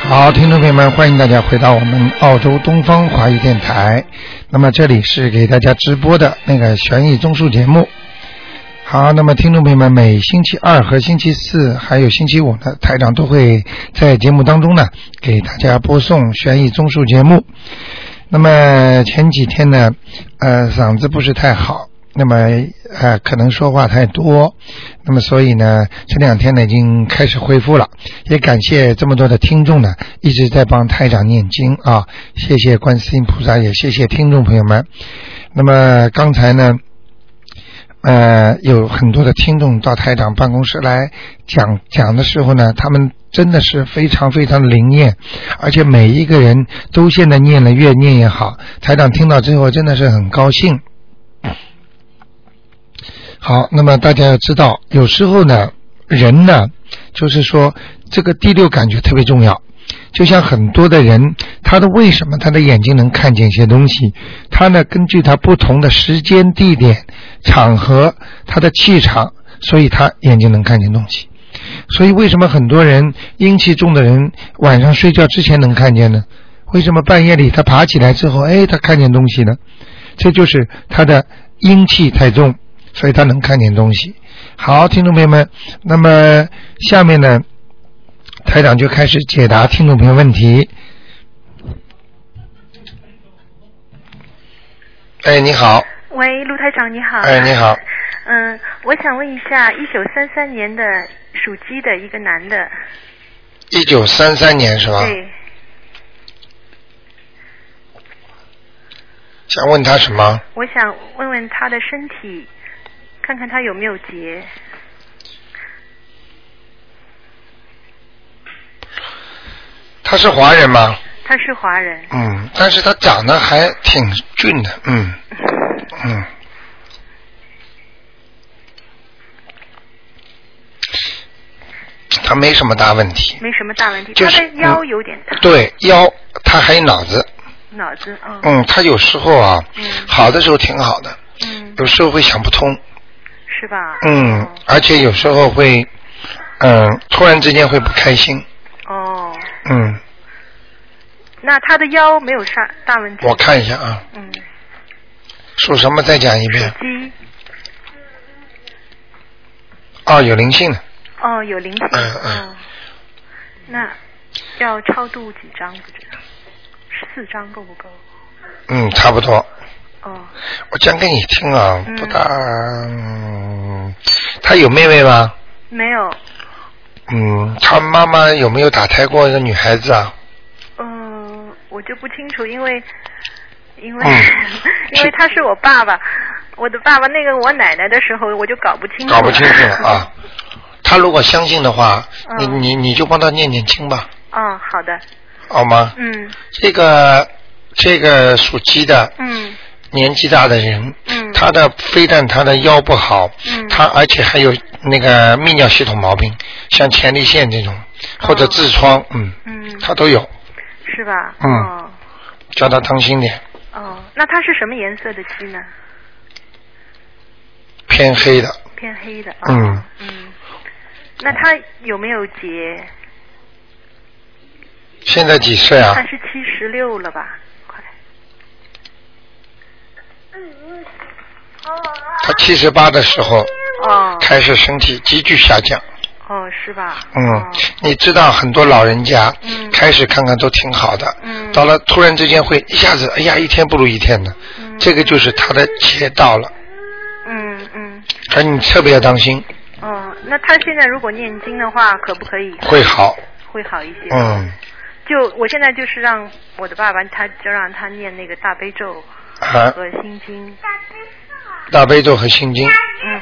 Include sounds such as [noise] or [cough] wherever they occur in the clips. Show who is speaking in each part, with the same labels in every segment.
Speaker 1: 好，听众朋友们，欢迎大家回到我们澳洲东方华语电台。那么这里是给大家直播的那个悬疑综述节目。好，那么听众朋友们，每星期二和星期四还有星期五呢，台长都会在节目当中呢给大家播送悬疑综述节目。那么前几天呢，呃，嗓子不是太好，那么呃，可能说话太多，那么所以呢，这两天呢已经开始恢复了，也感谢这么多的听众呢，一直在帮台长念经啊，谢谢观世音菩萨，也谢谢听众朋友们。那么刚才呢，呃，有很多的听众到台长办公室来讲讲的时候呢，他们真的是非常非常灵验，而且每一个人都现在念了越念越好。台长听到之后真的是很高兴。好，那么大家要知道，有时候呢，人呢，就是说这个第六感觉特别重要。就像很多的人，他的为什么他的眼睛能看见一些东西？他呢，根据他不同的时间、地点、场合，他的气场，所以他眼睛能看见东西。所以为什么很多人阴气重的人晚上睡觉之前能看见呢？为什么半夜里他爬起来之后，哎，他看见东西呢？这就是他的阴气太重，所以他能看见东西。好，听众朋友们，那么下面呢？台长就开始解答听众朋友问题。哎，你好，
Speaker 2: 喂，陆台长你好。
Speaker 1: 哎，你。好，
Speaker 2: [laughs] 嗯，我想问一下，一九三三年的属鸡的一个男的，
Speaker 1: 一九三三年是吧？
Speaker 2: 对，
Speaker 1: 想问他什么？
Speaker 2: 我想问问他的身体，看看他有没有结。
Speaker 1: 他是华人吗？
Speaker 2: 他是华人，
Speaker 1: 嗯，但是他长得还挺俊的，嗯嗯。他没什么大问题，
Speaker 2: 没什么大问题。
Speaker 1: 就是嗯
Speaker 2: 他的腰有点疼，
Speaker 1: 对腰，他还有脑子，
Speaker 2: 脑子啊，
Speaker 1: 嗯，他有时候啊
Speaker 2: 嗯，
Speaker 1: 好的时候挺好的，
Speaker 2: 嗯，啊
Speaker 1: 有时候会想不通，
Speaker 2: 是吧？
Speaker 1: 嗯，而且有时候会，嗯，突然之间会不开心，
Speaker 2: 哦，
Speaker 1: 嗯，
Speaker 2: 那他的腰没有啥大问题。
Speaker 1: 我看一下啊，
Speaker 2: 嗯，
Speaker 1: 属什么再讲一遍，
Speaker 2: 鸡
Speaker 1: 哦，有灵性的，
Speaker 2: 哦有灵性，
Speaker 1: 嗯嗯
Speaker 2: 哦那要超度几张不知道？四张够不够？
Speaker 1: 嗯，差不多，
Speaker 2: 哦，
Speaker 1: 我讲给你听啊，
Speaker 2: 嗯
Speaker 1: 不大，嗯，他有妹妹吗？
Speaker 2: 没有，
Speaker 1: 嗯，他妈妈有没有打胎过一个女孩子啊？
Speaker 2: 嗯、我就不清楚，因为因为、
Speaker 1: 嗯
Speaker 2: [laughs] 因为他是我爸爸，我的爸爸那个我奶奶的时候，我就搞不清楚，
Speaker 1: 搞不清楚了啊。他如果相信的话，你
Speaker 2: 嗯
Speaker 1: 你你就帮他念念经吧，
Speaker 2: [laughs] 嗯，好的，
Speaker 1: 好吗？
Speaker 2: 嗯
Speaker 1: 这个这个属鸡的，
Speaker 2: 嗯
Speaker 1: 年纪大的人，
Speaker 2: 嗯
Speaker 1: 他的非但他的腰不好，
Speaker 2: 嗯
Speaker 1: 他而且还有那个泌尿系统毛病，像前列腺这种或者痔疮，嗯，
Speaker 2: 嗯，
Speaker 1: 他都有，
Speaker 2: 是吧？
Speaker 1: 嗯
Speaker 2: 哦
Speaker 1: 叫他当心点，
Speaker 2: 哦，那他是什么颜色的鸡呢？
Speaker 1: 偏黑的，
Speaker 2: 偏黑的。哦、
Speaker 1: 嗯
Speaker 2: 嗯，那他有没有结？
Speaker 1: 现在几岁啊
Speaker 2: [laughs] 他？是七十六了吧？快，
Speaker 1: 他七十八的时候
Speaker 2: 哦
Speaker 1: 开始身体急剧下降，
Speaker 2: 哦，是吧？
Speaker 1: 嗯
Speaker 2: 哦，
Speaker 1: 你知道很多老人家
Speaker 2: 嗯
Speaker 1: 开始看看都挺好的，
Speaker 2: 嗯
Speaker 1: 到了突然之间会一下子，哎呀，一天不如一天的，
Speaker 2: 嗯
Speaker 1: 这个就是他的劫到了，
Speaker 2: 嗯嗯
Speaker 1: 所以你特别要当心，
Speaker 2: 哦，那他现在如果念经的话，可不可以
Speaker 1: 会好，
Speaker 2: 会好一些？，
Speaker 1: 嗯。
Speaker 2: 就我现在就是让我的爸爸，他就让他念那个大悲咒
Speaker 1: 啊，
Speaker 2: 和心经。
Speaker 1: 大悲咒和心经，
Speaker 2: 嗯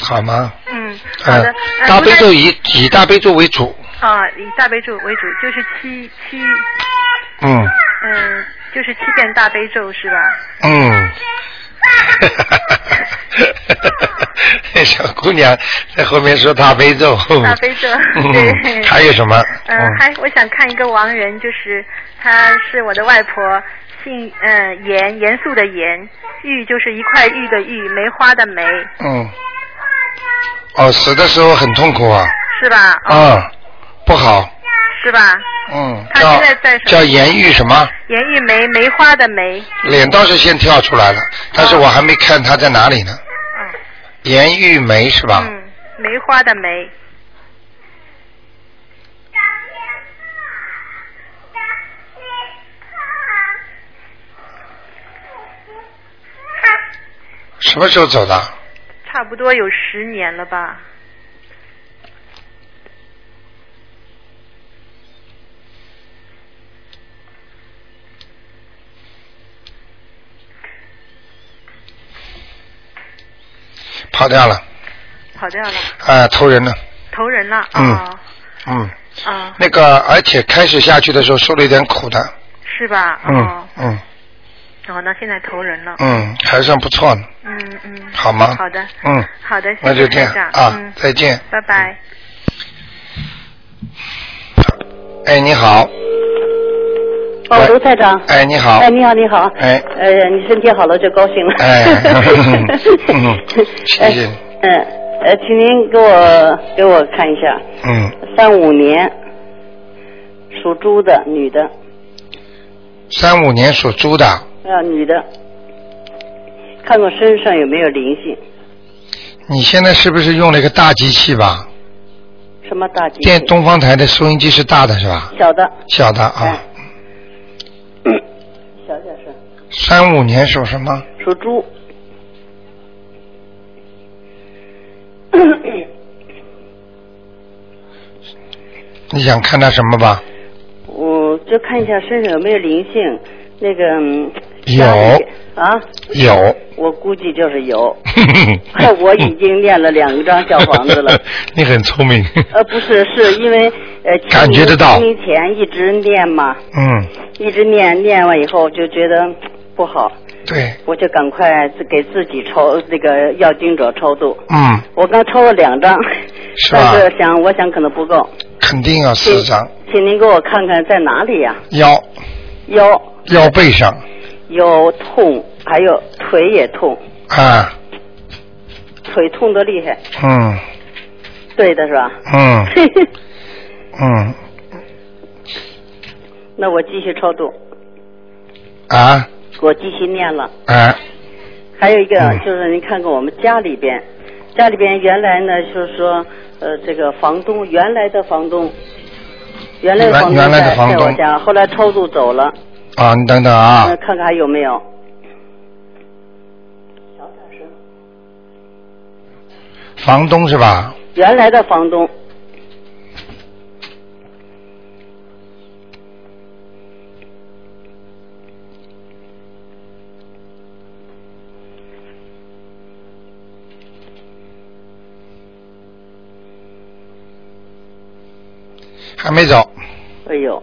Speaker 1: 好吗？
Speaker 2: 嗯，好
Speaker 1: 嗯
Speaker 2: 的。呃，
Speaker 1: 大悲咒
Speaker 2: 如果
Speaker 1: 以以大悲咒为主，
Speaker 2: 啊，以大悲咒为主，就是七七，
Speaker 1: 嗯
Speaker 2: 嗯，就是七遍大悲咒是吧？
Speaker 1: 嗯。 [laughs] 小姑娘在后面说大悲咒，
Speaker 2: 大悲咒
Speaker 1: 嗯，
Speaker 2: [laughs] 对
Speaker 1: 还有什么？
Speaker 2: 嗯，还我想看一个亡人，就是她是我的外婆，姓呃严，严肃的严，玉就是一块玉的玉，梅花的梅，
Speaker 1: 嗯，哦，死的时候很痛苦啊，
Speaker 2: 是吧？哦，
Speaker 1: 啊，不好，
Speaker 2: 是吧？
Speaker 1: 嗯，
Speaker 2: 他
Speaker 1: 叫
Speaker 2: 现在在什么
Speaker 1: 叫言玉什么？
Speaker 2: 严玉梅，梅花的梅。
Speaker 1: 脸倒是先跳出来了，但是我还没看他在哪里呢。
Speaker 2: 嗯。
Speaker 1: 严玉梅是吧？
Speaker 2: 嗯，梅花的梅。
Speaker 1: 什么时候走的？
Speaker 2: 差不多有十年了吧？
Speaker 1: 跑掉了，
Speaker 2: 跑掉了，
Speaker 1: 啊，投人了。
Speaker 2: 投人了
Speaker 1: 嗯
Speaker 2: 啊
Speaker 1: 嗯，
Speaker 2: 啊，
Speaker 1: 那个，而且开始下去的时候受了一点苦
Speaker 2: 哦
Speaker 1: 的。
Speaker 2: 是吧？
Speaker 1: 嗯
Speaker 2: 哦，
Speaker 1: 嗯
Speaker 2: 哦，那现在投人了。
Speaker 1: 嗯，还算不错呢，
Speaker 2: 嗯嗯。
Speaker 1: 好吗？
Speaker 2: 好的，
Speaker 1: 嗯，
Speaker 2: 好的，谢谢
Speaker 1: 那就这样
Speaker 2: 台长
Speaker 1: 啊
Speaker 2: 嗯，，
Speaker 1: 再见。嗯
Speaker 2: 拜拜。
Speaker 1: 哎，你好，
Speaker 3: 哦，卢台长。
Speaker 1: 哎，你好
Speaker 3: 哎，，你好，你好。
Speaker 1: 哎
Speaker 3: 呃，你身体好了就高兴了。
Speaker 1: 哎
Speaker 3: [laughs]
Speaker 1: 嗯谢谢
Speaker 3: 哎嗯、呃，请您给我给我看一下，
Speaker 1: 嗯，
Speaker 3: 三五年属猪的女的，
Speaker 1: 三五年属猪的，
Speaker 3: 啊，女的，看看身上有没有灵性，
Speaker 1: 你现在是不是用了一个大机器吧？
Speaker 3: 嗯什么大疾
Speaker 1: 电
Speaker 3: 病？
Speaker 1: 东方台的收音机是大的是吧？
Speaker 3: 小的。
Speaker 1: 小的啊
Speaker 3: 哎，小点声。
Speaker 1: 三五年属什么？
Speaker 3: 属猪。
Speaker 4: 哎
Speaker 1: 你想看他什么吧？
Speaker 3: 我就看一下身上有没有灵性，那个嗯
Speaker 1: 有
Speaker 3: 家里啊，
Speaker 1: 有，。
Speaker 3: [laughs] 我估计就是有
Speaker 1: [laughs] 我
Speaker 3: 我已经念了两张小房子了。。
Speaker 1: [laughs] 你很聪明。
Speaker 3: 呃，不是，是因为呃，
Speaker 1: 感觉得到
Speaker 3: 清明前一直念嘛，
Speaker 1: 嗯，
Speaker 3: 一直念，念完以后就觉得嗯不好，
Speaker 1: 对，
Speaker 3: 我就赶快自给自己抽那个要经者超度。
Speaker 1: 嗯，
Speaker 3: 我刚抽了两张，
Speaker 1: 是吧
Speaker 3: 但是想我想可能不够，
Speaker 1: 肯定要四张，
Speaker 3: 请您给我看看在哪里呀、
Speaker 1: 腰
Speaker 3: 腰
Speaker 1: 腰背上
Speaker 3: 有痛，还有腿也痛，
Speaker 1: 啊，
Speaker 3: 腿痛得厉害，
Speaker 1: 嗯
Speaker 3: 对的是吧？
Speaker 5: [laughs]
Speaker 1: 嗯嗯
Speaker 3: 那我继续超度，
Speaker 1: 啊
Speaker 3: 我继续念了。
Speaker 1: 啊，
Speaker 3: 还有一个
Speaker 1: 嗯
Speaker 3: 就是您看看我们家里边，家里边原来呢就是说，呃，这个房东原来的房东，原来的房东
Speaker 1: 原原来的
Speaker 3: 在
Speaker 1: 房
Speaker 3: 在
Speaker 1: 东
Speaker 3: 我家，后来超度走了，
Speaker 1: 啊，你等等啊
Speaker 3: 呃，看看还有没有。
Speaker 1: 房东是吧？
Speaker 3: 原来的房东，
Speaker 1: 还没走
Speaker 3: 哎呦，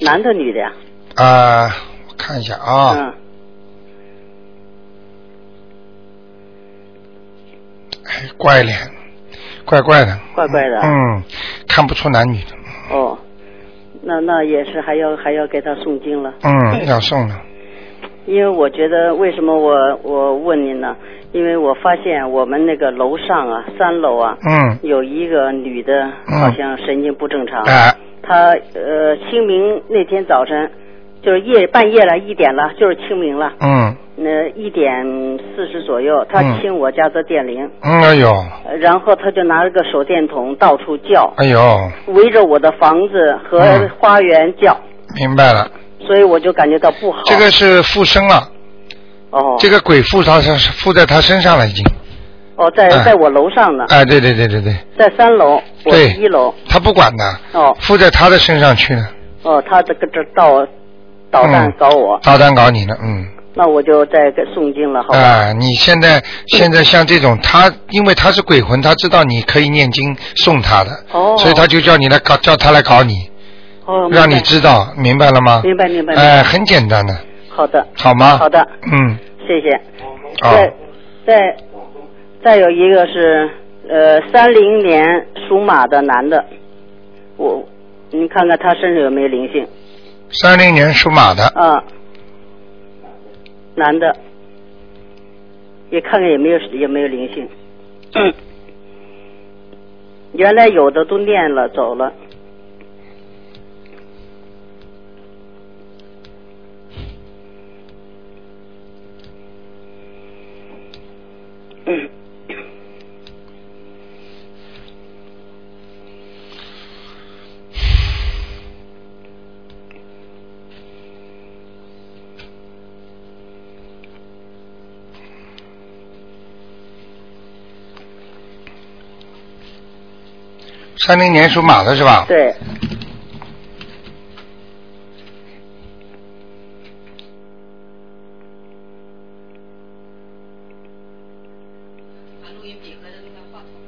Speaker 3: 男的女的呀？
Speaker 1: 啊，我看一下啊，
Speaker 3: 嗯，
Speaker 1: 哎，怪脸，怪怪的，
Speaker 3: 怪怪的。。
Speaker 1: 嗯，看不出男女的，
Speaker 3: 哦，那那也是还要还要给他诵经了，
Speaker 1: 嗯，要送的，
Speaker 3: 因为我觉得为什么我我问您呢？因为我发现我们那个楼上啊，三楼啊，
Speaker 1: 嗯，
Speaker 3: 有一个女的，
Speaker 1: 嗯
Speaker 3: 好像神经不正常。
Speaker 1: 哎，
Speaker 3: 她呃，清明那天早晨，就是夜半夜了，一点了，就是清明了，
Speaker 1: 嗯
Speaker 3: 那一点四十左右，她
Speaker 1: 嗯
Speaker 3: 听我家的电铃，
Speaker 1: 嗯，哎呦，
Speaker 3: 呃然后她就拿了个手电筒到处叫，
Speaker 1: 哎呦，
Speaker 3: 围着我的房子和
Speaker 1: 嗯
Speaker 3: 花园叫。
Speaker 1: 明白了，
Speaker 3: 所以我就感觉到不好。
Speaker 1: 这个是附身了，
Speaker 3: 哦，
Speaker 1: 这个鬼附他身，附在他身上了已经，
Speaker 3: 哦，在
Speaker 1: 哎
Speaker 3: 在我楼上呢，
Speaker 1: 哎，对对对对对，
Speaker 3: 在三楼，我
Speaker 1: 对
Speaker 3: 是一楼。
Speaker 1: 他不管的，
Speaker 3: 哦
Speaker 1: 附在他的身上去了，
Speaker 3: 哦，他这个这导导
Speaker 1: 嗯
Speaker 3: 弹搞我，
Speaker 1: 炸弹搞你呢，嗯。
Speaker 3: 那我就再给诵经啊了，好吧？
Speaker 1: 啊，你现在现在像这种，他因为他是鬼魂，他知道你可以念经送他的，
Speaker 3: 哦
Speaker 1: 所以他就叫你来搞，叫他来搞你，
Speaker 3: 哦，
Speaker 1: 让你
Speaker 3: 明白
Speaker 1: 知道，明白了吗？
Speaker 3: 明白明白明白
Speaker 1: 哎、很简单的，
Speaker 3: 好的，
Speaker 1: 好吗？
Speaker 3: 好的，
Speaker 1: 嗯，
Speaker 3: 谢谢。
Speaker 1: 啊，
Speaker 3: 再再再有一个是呃三零年属马的男的，我你看看他身上有没有灵性
Speaker 1: 三零年属马的，
Speaker 3: 啊？男的，也看看有没有有没有灵性。嗯，原来有的都念了走了，嗯
Speaker 1: 三零年属马的是吧？
Speaker 3: 对，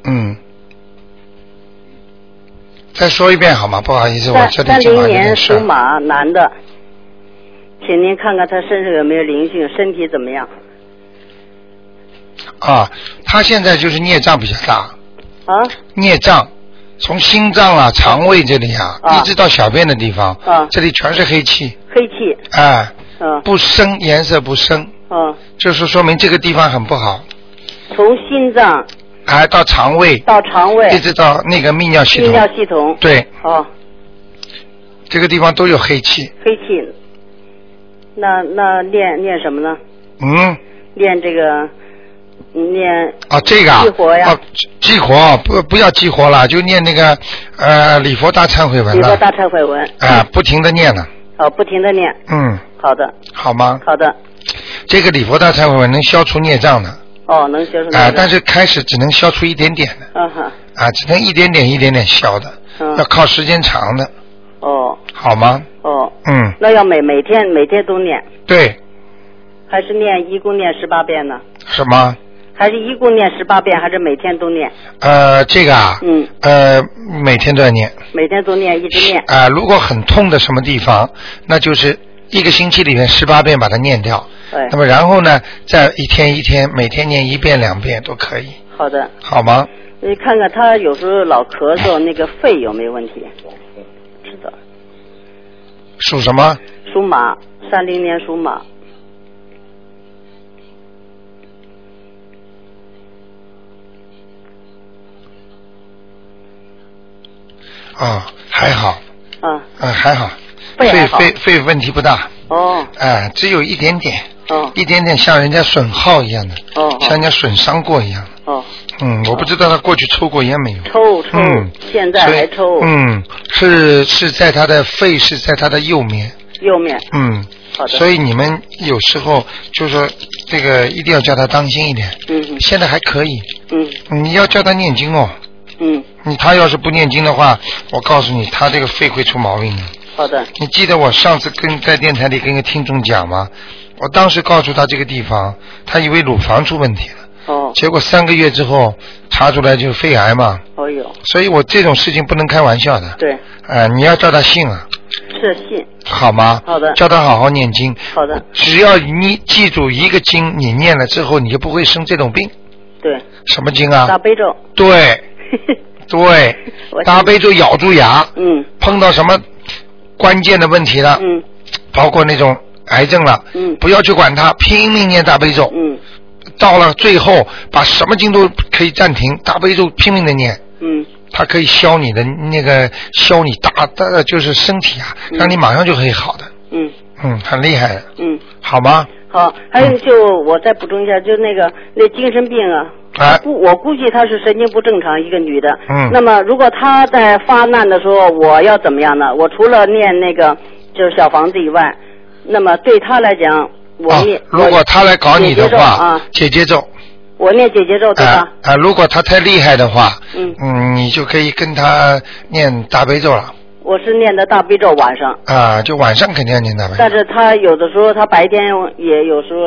Speaker 1: 嗯。再说一遍好吗？不好意思，我
Speaker 3: 三
Speaker 1: 这里
Speaker 3: 三
Speaker 1: 正好
Speaker 3: 零
Speaker 1: 有点
Speaker 3: 年
Speaker 1: 事
Speaker 3: 属
Speaker 1: 儿。
Speaker 3: 马男的，请您看看他身上有没有灵性，身体怎么样？
Speaker 1: 啊，他现在就是孽障比较大，
Speaker 3: 啊
Speaker 1: 孽障从心脏啊、肠胃这里啊，
Speaker 3: 啊
Speaker 1: 一直到小便的地方，
Speaker 3: 啊，
Speaker 1: 这里全是黑气，
Speaker 3: 黑气，
Speaker 1: 啊，
Speaker 3: 嗯
Speaker 1: 不深，颜色不深，
Speaker 3: 嗯，
Speaker 1: 就是说明这个地方很不好，
Speaker 3: 从心脏
Speaker 1: 啊，到肠胃，
Speaker 3: 到肠胃、
Speaker 1: 一直到那个泌尿系
Speaker 3: 泌尿
Speaker 1: 统，
Speaker 3: 系统，
Speaker 1: 对，
Speaker 3: 哦，
Speaker 1: 这个地方都有黑气，
Speaker 3: 黑气。那那念念什么呢？
Speaker 1: 嗯，
Speaker 3: 念这个，念
Speaker 1: 啊，这个啊
Speaker 3: 激活，呀
Speaker 1: 哦，激激活，不不要激活了，就念那个呃礼佛大忏悔文
Speaker 3: 礼佛
Speaker 1: 了，
Speaker 3: 大忏悔文，
Speaker 1: 啊，不停的念了，
Speaker 3: 哦，不停的念，
Speaker 1: 嗯，
Speaker 3: 好的，
Speaker 1: 好吗？
Speaker 3: 好的，
Speaker 1: 这个礼佛大忏悔文能消除孽障的，
Speaker 3: 哦，能学出
Speaker 1: 啊
Speaker 3: 来，的。
Speaker 1: 但是开始只能消除一点点的，
Speaker 3: 嗯哼，
Speaker 1: 啊，只能一点点一点点消的，要
Speaker 3: 嗯，
Speaker 1: 靠时间长的，
Speaker 3: 哦
Speaker 1: 好吗？
Speaker 3: 哦，
Speaker 1: 嗯，
Speaker 3: 那要每每天每天都念，
Speaker 1: 对，
Speaker 3: 还是念一共念十八遍呢？
Speaker 1: 什么？
Speaker 3: 还是一共念十八遍，还是每天都念？
Speaker 1: 呃，这个啊，
Speaker 3: 嗯，
Speaker 1: 呃，每天都要念，
Speaker 3: 每天都念，一直念。
Speaker 1: 啊、如果很痛的什么地方，那就是一个星期里面十八遍把它念掉，
Speaker 3: 哎
Speaker 1: 那，么然后呢，再一天一天，每天念一遍两遍都可以，
Speaker 3: 好的，
Speaker 1: 好吗？
Speaker 3: 你看看他有时候老咳嗽，那个肺有没有问题？知道，
Speaker 1: 属什么？
Speaker 3: 属马，三零年属马，
Speaker 1: 啊、还好，
Speaker 3: 啊，
Speaker 1: 嗯、还好，
Speaker 3: 肺还好
Speaker 1: 肺肺问题不大，
Speaker 3: 哦
Speaker 1: 哎、只有一点点，
Speaker 3: 哦
Speaker 1: 一点点像人家损耗一样的，
Speaker 3: 哦
Speaker 1: 像人家损伤过一样的。
Speaker 3: 哦，
Speaker 1: 嗯，我不知道他过去抽过烟没有。
Speaker 3: 抽抽
Speaker 1: 嗯，
Speaker 3: 现在
Speaker 1: 所以
Speaker 3: 还抽，
Speaker 1: 嗯，是是在他的肺，是在他的右面。
Speaker 3: 右面，
Speaker 1: 嗯，
Speaker 3: 好的，
Speaker 1: 所以你们有时候就是说这个一定要叫他当心一点。
Speaker 3: 嗯嗯
Speaker 1: 现在还可以，
Speaker 3: 嗯
Speaker 1: 你要叫他念经哦。
Speaker 3: 嗯，
Speaker 1: 你他要是不念经的话，我告诉你，他这个肺会出毛病的。
Speaker 3: 好的，
Speaker 1: 你记得我上次跟在电台里跟一个听众讲吗？我当时告诉他这个地方，他以为乳房出问题了，
Speaker 3: 哦，
Speaker 1: 结果三个月之后查出来就是肺癌嘛。
Speaker 3: 哦有，
Speaker 1: 所以我这种事情不能开玩笑的。
Speaker 3: 对，
Speaker 1: 啊、你要叫他信啊，
Speaker 3: 是信，
Speaker 1: 好吗？
Speaker 3: 好的
Speaker 1: 叫他好好念经，
Speaker 3: 好的，
Speaker 1: 只要你记住一个经，你念了之后，你就不会生这种病。
Speaker 3: 对，
Speaker 1: 什么经啊
Speaker 3: 大？悲咒， [laughs]
Speaker 1: 对对，
Speaker 3: 我
Speaker 1: 大悲咒咬住牙，
Speaker 3: 嗯
Speaker 1: 碰到什么关键的问题了，
Speaker 3: 嗯
Speaker 1: 包括那种癌症了，
Speaker 3: 嗯
Speaker 1: 不要去管它，拼命念大悲咒，
Speaker 3: 嗯
Speaker 1: 到了最后把什么经都可以暂停，大悲咒拼命的念。
Speaker 3: 嗯，
Speaker 1: 它可以消你的那个消你大大就是身体啊，
Speaker 3: 嗯
Speaker 1: 让你马上就可以好的，
Speaker 3: 嗯
Speaker 1: 嗯，很厉害的，
Speaker 3: 嗯。
Speaker 1: 好吗？
Speaker 3: 好，还有就我再补充一下，就那个那精神病啊，
Speaker 1: 哎
Speaker 3: 估我估计她是神经不正常，一个女的。
Speaker 1: 嗯
Speaker 3: 那么如果她在发难的时候，我要怎么样呢？我除了念那个就是小房子以外，那么对她来讲，我
Speaker 1: 啊
Speaker 3: 念、，
Speaker 1: 如果他来搞你的
Speaker 3: 解结咒
Speaker 1: 话
Speaker 3: 啊，
Speaker 1: 姐姐咒，
Speaker 3: 我念姐姐咒对
Speaker 1: 啊
Speaker 3: 吧？
Speaker 1: 啊，如果他太厉害的话，
Speaker 3: 嗯，
Speaker 1: 嗯，你就可以跟他念大悲咒了，
Speaker 3: 我是念的大悲咒晚上，
Speaker 1: 啊，就晚上肯定要念大悲
Speaker 3: 但
Speaker 1: 咒，
Speaker 3: 是她有的时候她白天也有时候。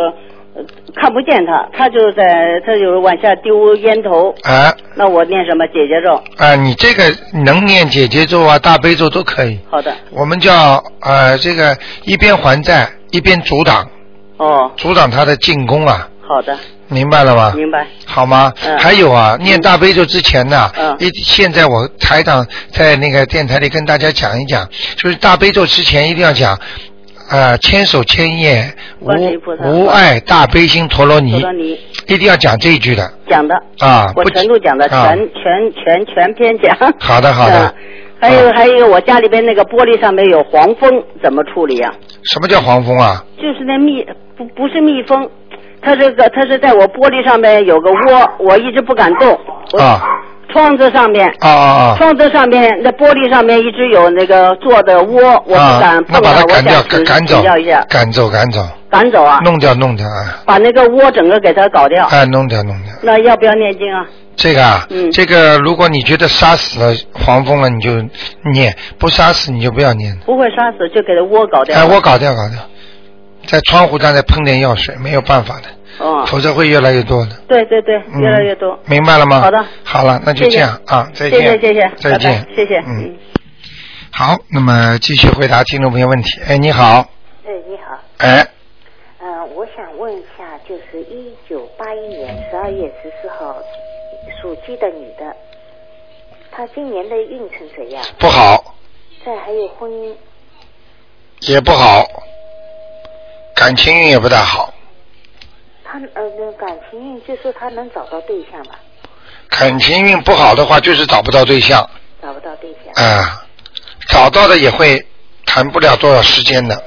Speaker 3: 呃看不见她，她就在，她有时候往下丢烟头。
Speaker 1: 啊
Speaker 3: 那我念什么姐姐咒？
Speaker 1: 啊，你这个能念姐姐咒啊，大悲咒都可以，
Speaker 3: 好的，
Speaker 1: 我们叫呃这个一边还债一边阻挡，
Speaker 3: 哦，
Speaker 1: 阻挡他的进攻啊，
Speaker 3: 好的，
Speaker 1: 明白了吗？
Speaker 3: 明白。
Speaker 1: 好吗？
Speaker 3: 嗯
Speaker 1: 还有啊，念大悲咒之前呢、
Speaker 3: 嗯
Speaker 1: 一现在我台长在那个电台里跟大家讲一讲，就是大悲咒之前一定要讲，呃，千手千眼无
Speaker 3: 观世音菩萨
Speaker 1: 无碍大悲心陀罗
Speaker 3: 陀
Speaker 1: 尼
Speaker 3: 罗，尼
Speaker 1: 一定要讲这一句的
Speaker 3: 讲的，
Speaker 1: 啊。
Speaker 3: 我
Speaker 1: 不
Speaker 3: 全都讲的，
Speaker 1: 啊
Speaker 3: 全全全全篇讲。
Speaker 1: 好的好的
Speaker 3: 嗯。 [laughs] 还有
Speaker 1: 啊
Speaker 3: 还有一个，我家里边那个玻璃上面有黄蜂，怎么处理呀、
Speaker 1: 什么叫黄蜂啊？
Speaker 3: 就是那蜜不不是蜜蜂，它这个它是在我玻璃上面有个窝，我一直不敢动。我
Speaker 1: 啊
Speaker 3: 窗子上面，
Speaker 1: 啊啊啊！
Speaker 3: 窗子上面那玻璃上面一直有那个做的窝，我
Speaker 1: 啊
Speaker 3: 不敢
Speaker 1: 那
Speaker 3: 碰
Speaker 1: 把它
Speaker 3: 它，我
Speaker 1: 赶掉，
Speaker 3: 想
Speaker 1: 赶
Speaker 3: 请
Speaker 1: 赶走
Speaker 3: 请教一下，，
Speaker 1: 赶走，赶走，
Speaker 3: 赶走啊，
Speaker 1: 弄掉，弄掉啊！
Speaker 3: 把那个窝整个给它搞掉。
Speaker 1: 哎，弄掉，弄掉。
Speaker 3: 那要不要念经啊？
Speaker 1: 这个啊，
Speaker 3: 嗯
Speaker 1: 这个如果你觉得杀死了黄蜂了，你就念；不杀死你就不要念。
Speaker 3: 不会杀死就给它窝搞掉。
Speaker 1: 哎，我搞掉，搞掉，在窗户上再喷点药水，没有办法的，
Speaker 3: 哦，
Speaker 1: 否则会越来越多的。
Speaker 3: 对对对，
Speaker 1: 嗯
Speaker 3: 越来越多。
Speaker 1: 明白了吗？
Speaker 3: 好的，
Speaker 1: 好了，那就这样啊，再
Speaker 3: 谢
Speaker 1: 见，
Speaker 3: 谢谢谢，
Speaker 1: 再
Speaker 3: 拜
Speaker 1: 见，
Speaker 3: 拜谢谢，
Speaker 1: 嗯，，好，那么继续回答听众朋友问题。哎，你好，
Speaker 4: 哎，你好，
Speaker 1: 哎，
Speaker 4: 呃，我想问一下，就是一九八一年十二月十四号属鸡的女的，她今年的运程怎样？
Speaker 1: 不好，
Speaker 4: 再还有婚姻，
Speaker 1: 也不好，感情运也不大好，
Speaker 4: 她呃那感情运，就说她能找到对象吧？
Speaker 1: 感情运不好的话，就是找不到对象
Speaker 4: 找不到对象，
Speaker 1: 啊、找到的也会谈不了多少时间的，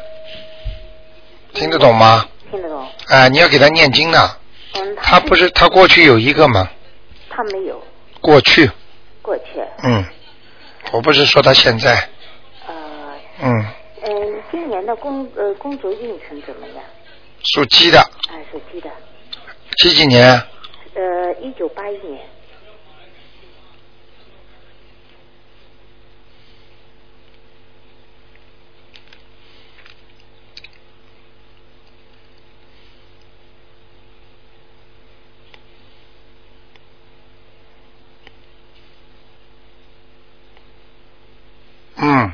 Speaker 1: 听得懂吗？
Speaker 4: 听得懂？
Speaker 1: 啊、你要给他念经呢。
Speaker 4: 嗯，
Speaker 1: 他不是他过去有一个嘛？
Speaker 4: 她没有
Speaker 1: 过去，
Speaker 4: 过去，
Speaker 1: 嗯，我不是说他现在，
Speaker 4: 呃
Speaker 1: 嗯，
Speaker 4: 嗯、今年的工呃工作运程怎么样？
Speaker 1: 属鸡的，
Speaker 4: 啊，属鸡的，
Speaker 1: 几几年？
Speaker 4: 呃，一九八一年，
Speaker 1: 嗯，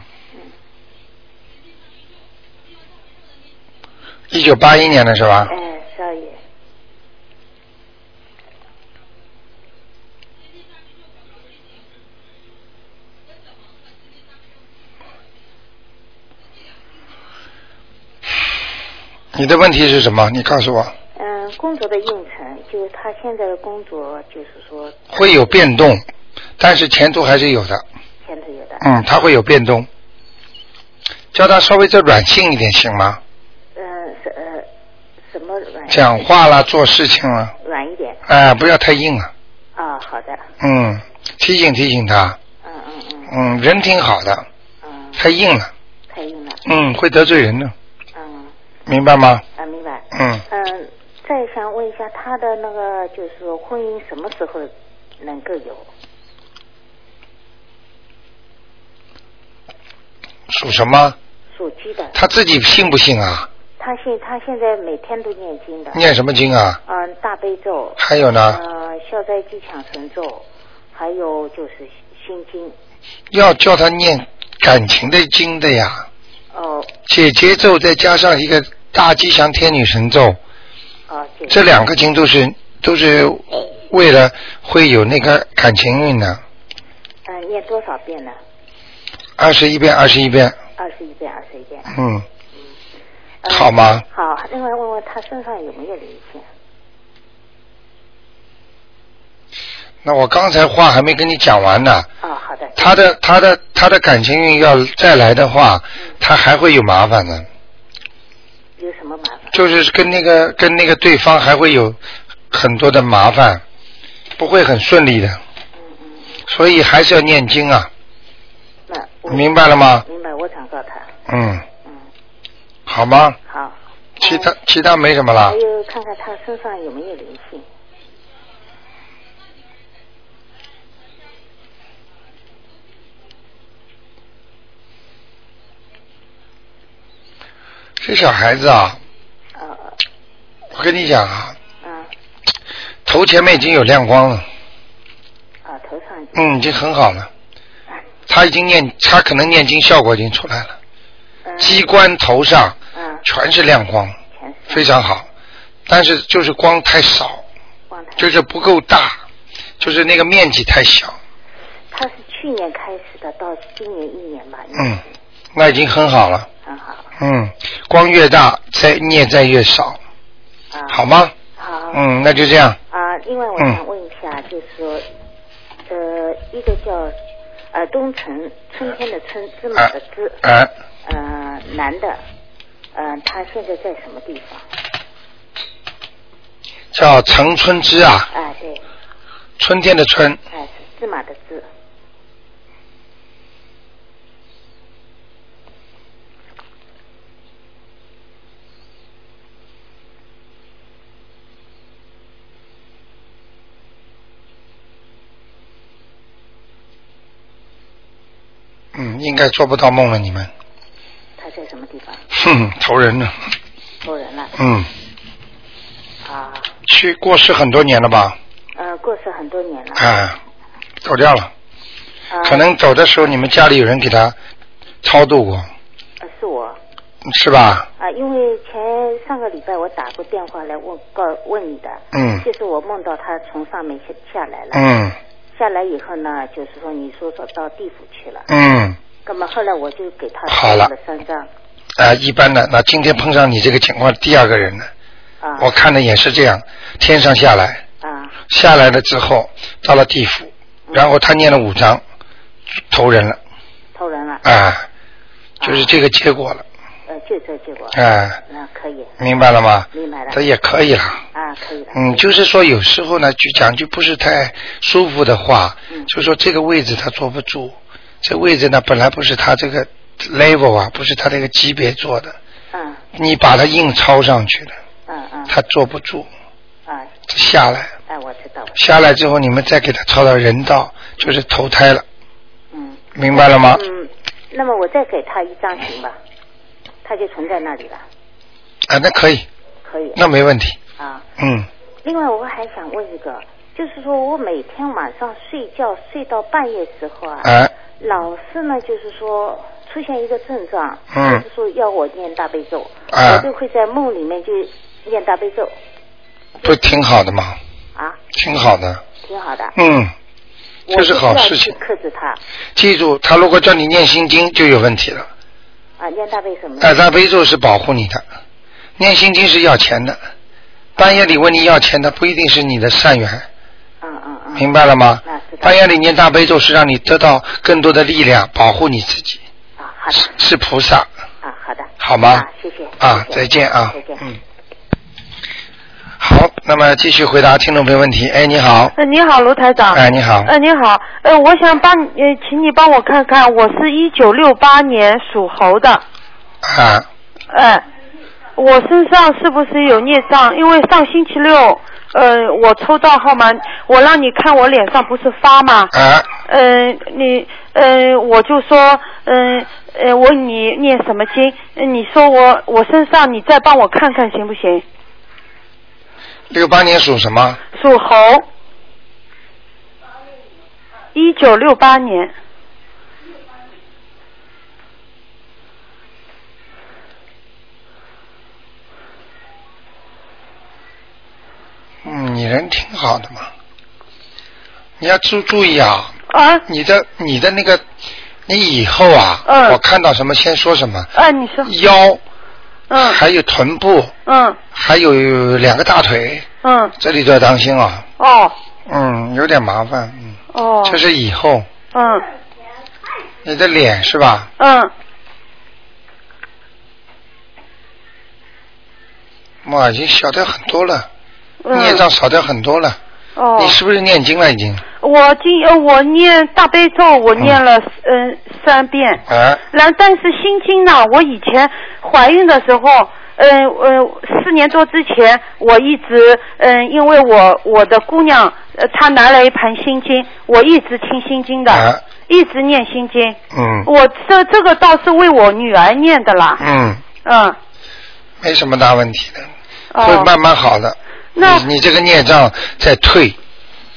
Speaker 1: 一九八一年的是吧？
Speaker 4: 哎、十二月，
Speaker 1: 你的问题是什么？你告诉我，
Speaker 4: 嗯，工作的运程，就是他现在的工作，就是说
Speaker 1: 会有变动，但是前途还是有的。
Speaker 4: 前头有的，
Speaker 1: 嗯，他会有变动，叫他稍微再软性一点行吗？
Speaker 4: 嗯，是呃，什么软
Speaker 1: 讲话啦，做事情啦，
Speaker 4: 软一点
Speaker 1: 哎、不要太硬啊。
Speaker 4: 啊、好的，
Speaker 1: 嗯，提醒提醒他，
Speaker 4: 嗯嗯嗯
Speaker 1: 嗯，人挺好的，
Speaker 4: 嗯，
Speaker 1: 太硬了，
Speaker 4: 太硬了，
Speaker 1: 嗯，会得罪人的，
Speaker 4: 嗯
Speaker 1: 明白吗？
Speaker 4: 啊，明白，
Speaker 1: 嗯，
Speaker 4: 嗯，再想问一下他的那个，就是说婚姻什么时候能够有？
Speaker 1: 属什么？
Speaker 4: 属鸡的，
Speaker 1: 他自己信不信啊？
Speaker 4: 他现他现在每天都念经的，
Speaker 1: 念什么经啊？
Speaker 4: 嗯，大悲咒，
Speaker 1: 还有呢，
Speaker 4: 呃，消灾吉祥神咒，还有就是心经，
Speaker 1: 要叫他念感情的经的呀，
Speaker 4: 哦
Speaker 1: 解结咒再加上一个大吉祥天女神咒，
Speaker 4: 哦，这
Speaker 1: 这两个经都是都是为了会有那个感情运的，
Speaker 4: 嗯，念多少遍呢？
Speaker 1: 二十一遍，二十一遍，
Speaker 4: 二十一遍，二十一遍。
Speaker 1: 嗯，
Speaker 4: 呃
Speaker 1: 好吗？
Speaker 4: 好，另外问问他身上有没有灵性？
Speaker 1: 那我刚才话还没跟你讲完呢，
Speaker 4: 哦，好的。
Speaker 1: 他的他的他的感情运要再来的话，他还会有麻烦的，
Speaker 4: 嗯有什么麻烦？
Speaker 1: 就是跟那个跟那个对方还会有很多的麻烦，不会很顺利的，
Speaker 4: 嗯嗯，
Speaker 1: 所以还是要念经啊，
Speaker 4: 那我
Speaker 1: 明白了吗？
Speaker 4: 明白，我转告他。
Speaker 1: 嗯，
Speaker 4: 嗯，
Speaker 1: 好吗？
Speaker 4: 好。
Speaker 1: 其他其他没什么啦
Speaker 4: 还，有看看他身上有没有灵性？
Speaker 1: 这小孩子啊，
Speaker 4: 呃，
Speaker 1: 我跟你讲啊，
Speaker 4: 嗯，
Speaker 1: 头前面已经有亮光了，
Speaker 4: 啊，头上啊
Speaker 1: 嗯，已经很好了，他已经念，他可能念经效果已经出来了，
Speaker 4: 嗯
Speaker 1: 机关头上
Speaker 4: 嗯，
Speaker 1: 全是亮光，
Speaker 4: 全是
Speaker 1: 非常好，但是就是光太少，
Speaker 4: 光台。
Speaker 1: 就是不够大，就是那个面积太小，
Speaker 4: 啊他是去年开始的，到今年一年吧。应
Speaker 1: 嗯
Speaker 4: 该是，
Speaker 1: 那已经很好了，
Speaker 4: 很好。
Speaker 1: 嗯，光越大，灾孽灾越少，
Speaker 4: 啊。
Speaker 1: 好。吗？
Speaker 4: 好。
Speaker 1: 嗯，那就这样，嗯
Speaker 4: 啊，另外我想问一下，就是说，呃，一个叫呃东城春天的春，芝麻的芝，
Speaker 1: 哎、
Speaker 4: 呃，男的，呃，他现在在什么地方？
Speaker 1: 叫陈春枝啊，
Speaker 4: 啊，对，
Speaker 1: 春天的春，
Speaker 4: 啊，是字马的字。
Speaker 1: 嗯，应该做不到梦了，你们，
Speaker 4: 他在什么地方？
Speaker 1: 哼，投人了，
Speaker 4: 投人了
Speaker 1: 嗯，
Speaker 4: 啊？
Speaker 1: 去过世很多年了吧？
Speaker 4: 呃，过世很多年了。
Speaker 1: 啊，走掉了，
Speaker 4: 啊、
Speaker 1: 可能走的时候你们家里有人给他超度过，
Speaker 4: 呃是我
Speaker 1: 是吧？
Speaker 4: 啊，因为前上个礼拜我打过电话来问告问你的，
Speaker 1: 嗯
Speaker 4: 就是我梦到他从上面下下来了，
Speaker 1: 嗯
Speaker 4: 下来以后呢，就是说你说说到地府去了，
Speaker 1: 嗯，
Speaker 4: 那么后来我就给他
Speaker 1: 好了
Speaker 4: 送了三张
Speaker 1: 啊，一般的，那今天碰上你这个情况，第二个人呢，
Speaker 4: 啊
Speaker 1: 我看的也是这样，天上下来，
Speaker 4: 啊嗯
Speaker 1: 下来了之后到了地府，然后他念了五章，投人了
Speaker 4: 投人了，
Speaker 1: 啊，就是这个结果了
Speaker 4: 呃，就这结果，
Speaker 1: 啊，
Speaker 4: 那可以
Speaker 1: 明白了吗？
Speaker 4: 明白了
Speaker 1: 这也可以了。
Speaker 4: 啊，可以了，
Speaker 1: 嗯，就是说有时候呢，就讲句不是太舒服的话，
Speaker 4: 嗯
Speaker 1: 就说这个位置他坐不住，这位置呢本来不是他这个 level 啊，不是他这个级别坐的，
Speaker 4: 嗯
Speaker 1: 你把他硬抄上去了，
Speaker 4: 嗯嗯
Speaker 1: 他坐不住，
Speaker 4: 啊，
Speaker 1: 下来
Speaker 4: 哎，我知道了，
Speaker 1: 下来之后，你们再给他抄到人道，就是投胎了，
Speaker 4: 嗯
Speaker 1: 明白了吗？
Speaker 4: 嗯，那么我再给他一张行吧，他就存在那里了，
Speaker 1: 啊，那可以，
Speaker 4: 可以
Speaker 1: 那没问题。
Speaker 4: 啊。
Speaker 1: 嗯，
Speaker 4: 另外，我还想问一个，就是说我每天晚上睡觉睡到半夜时候啊，
Speaker 1: 啊，
Speaker 4: 老是呢，就是说出现一个症状，
Speaker 1: 嗯
Speaker 4: 就是说要我念大悲咒，
Speaker 1: 啊
Speaker 4: 我就会在梦里面就念大悲咒
Speaker 1: 不挺好的吗？
Speaker 4: 啊，
Speaker 1: 挺好的。
Speaker 4: 挺好的，
Speaker 1: 嗯，
Speaker 4: 我
Speaker 1: 这是好事
Speaker 4: 必须
Speaker 1: 情
Speaker 4: 要去。克制它
Speaker 1: 记住，他如果叫你念心经就有问题了。哎
Speaker 4: 啊，念大悲什么？
Speaker 1: 大大悲咒是保护你的，念心经是要钱的。半夜里问你要钱的不一定是你的善缘，
Speaker 4: 嗯嗯嗯，
Speaker 1: 明白了吗
Speaker 4: 那知？道
Speaker 1: 半夜里念大悲咒是让你得到更多的力量，保护你自己，
Speaker 4: 啊，好
Speaker 1: 是
Speaker 4: 的，
Speaker 1: 是菩萨，
Speaker 4: 啊，好的，
Speaker 1: 好吗
Speaker 4: 啊？谢谢
Speaker 1: 啊，
Speaker 4: 谢谢
Speaker 1: 再见啊
Speaker 4: 再见，
Speaker 1: 嗯。好，那么继续回答听众朋友问题。哎，你好，
Speaker 5: 呃，你好，卢台长。
Speaker 1: 哎，你好，
Speaker 5: 呃，你好，呃，我想帮你呃，请你帮我看看，我是一九六八年属猴的，
Speaker 1: 啊，
Speaker 5: 呃，我身上是不是有孽障？因为上星期六，呃，我抽到号码，我让你看我脸上不是发吗？
Speaker 1: 啊，
Speaker 5: 嗯，你嗯，我就说嗯呃我问你念什么经？呃你说我我身上，你再帮我看看行不行？
Speaker 1: 六八年属什么？
Speaker 5: 属猴，一九六八年，
Speaker 1: 嗯，你人挺好的嘛。你要注注意啊，
Speaker 5: 啊
Speaker 1: 你的你的那个，你以后啊，
Speaker 5: 嗯
Speaker 1: 我看到什么先说什么，
Speaker 5: 啊，你说，
Speaker 1: 腰，
Speaker 5: 嗯
Speaker 1: 还有臀部，
Speaker 5: 嗯
Speaker 1: 还有两个大腿，
Speaker 5: 嗯，
Speaker 1: 这里都要当心啊。
Speaker 5: 哦
Speaker 1: 嗯，有点麻烦，嗯，
Speaker 5: 哦，
Speaker 1: 这是以后
Speaker 5: 嗯
Speaker 1: 你的脸是吧？
Speaker 5: 嗯
Speaker 1: 哇，已经小掉很多了，孽
Speaker 5: 嗯，
Speaker 1: 障少掉很多了。
Speaker 5: 哦，
Speaker 1: 你是不是念经了已经？
Speaker 5: 我今呃我念大悲咒，我念了嗯三遍，
Speaker 1: 啊，
Speaker 5: 然但是心经呢，我以前怀孕的时候，嗯呃四年多之前，我一直嗯、因为我我的姑娘呃她拿了一盘心经，我一直听心经的，
Speaker 1: 啊
Speaker 5: 一直念心经。
Speaker 1: 嗯
Speaker 5: 我这这个倒是为我女儿念的啦，
Speaker 1: 嗯，
Speaker 5: 嗯，
Speaker 1: 没什么大问题的，会
Speaker 5: 哦，
Speaker 1: 慢慢好的。
Speaker 5: 那
Speaker 1: 你你这个孽障在退，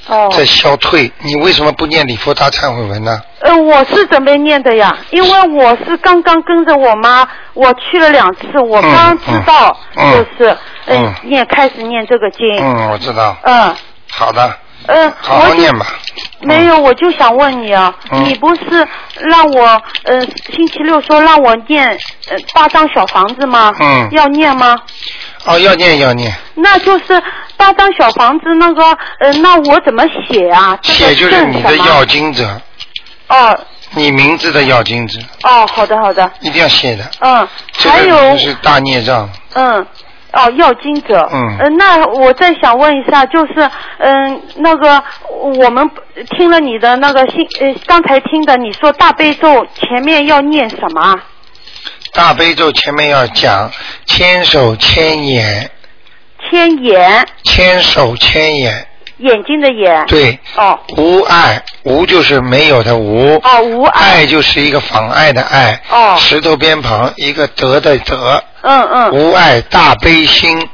Speaker 5: 哦，
Speaker 1: 在消退，你为什么不念礼佛大忏悔文呢？
Speaker 5: 呃，我是准备念的呀，因为我是刚刚跟着我妈，我去了两次，我
Speaker 1: 嗯
Speaker 5: 刚知道，
Speaker 1: 嗯
Speaker 5: 就是
Speaker 1: 嗯
Speaker 5: 呃念开始念这个经，
Speaker 1: 嗯，我知道。
Speaker 5: 嗯
Speaker 1: 好的，
Speaker 5: 嗯，
Speaker 1: 好
Speaker 5: 我
Speaker 1: 好
Speaker 5: 就
Speaker 1: 念吧。
Speaker 5: 没有，我就想问你啊，
Speaker 1: 嗯
Speaker 5: 你不是让我呃星期六说让我念呃八张小房子吗？
Speaker 1: 嗯
Speaker 5: 要念吗？
Speaker 1: 哦，要念要念，
Speaker 5: 那就是八张小房子那个呃，那我怎么写啊？这
Speaker 1: 写
Speaker 5: 个
Speaker 1: 就是
Speaker 5: 正
Speaker 1: 你
Speaker 5: 什
Speaker 1: 的
Speaker 5: 么
Speaker 1: 要经者，
Speaker 5: 哦
Speaker 1: 你名字的要经者，
Speaker 5: 哦，好的好的，
Speaker 1: 一定要写的。
Speaker 5: 嗯，
Speaker 1: 这
Speaker 5: 还
Speaker 1: 个
Speaker 5: 有
Speaker 1: 就是大孽障，
Speaker 5: 嗯，哦，要经者。
Speaker 1: 嗯
Speaker 5: 呃那我再想问一下，就是嗯、那个我们听了你的那个信，呃，刚才听的你说大悲咒前面要念什么啊？
Speaker 1: 大悲咒前面要讲千手千眼，
Speaker 5: 千眼，
Speaker 1: 千手千眼，
Speaker 5: 眼睛的眼。。
Speaker 1: 对，
Speaker 5: 哦
Speaker 1: 无碍，无就是没有的无，
Speaker 5: 哦，无碍。
Speaker 1: 碍就是一个妨碍的碍，
Speaker 5: 哦
Speaker 1: 石头边旁一个德的德，
Speaker 5: 嗯嗯，
Speaker 1: 无碍大悲心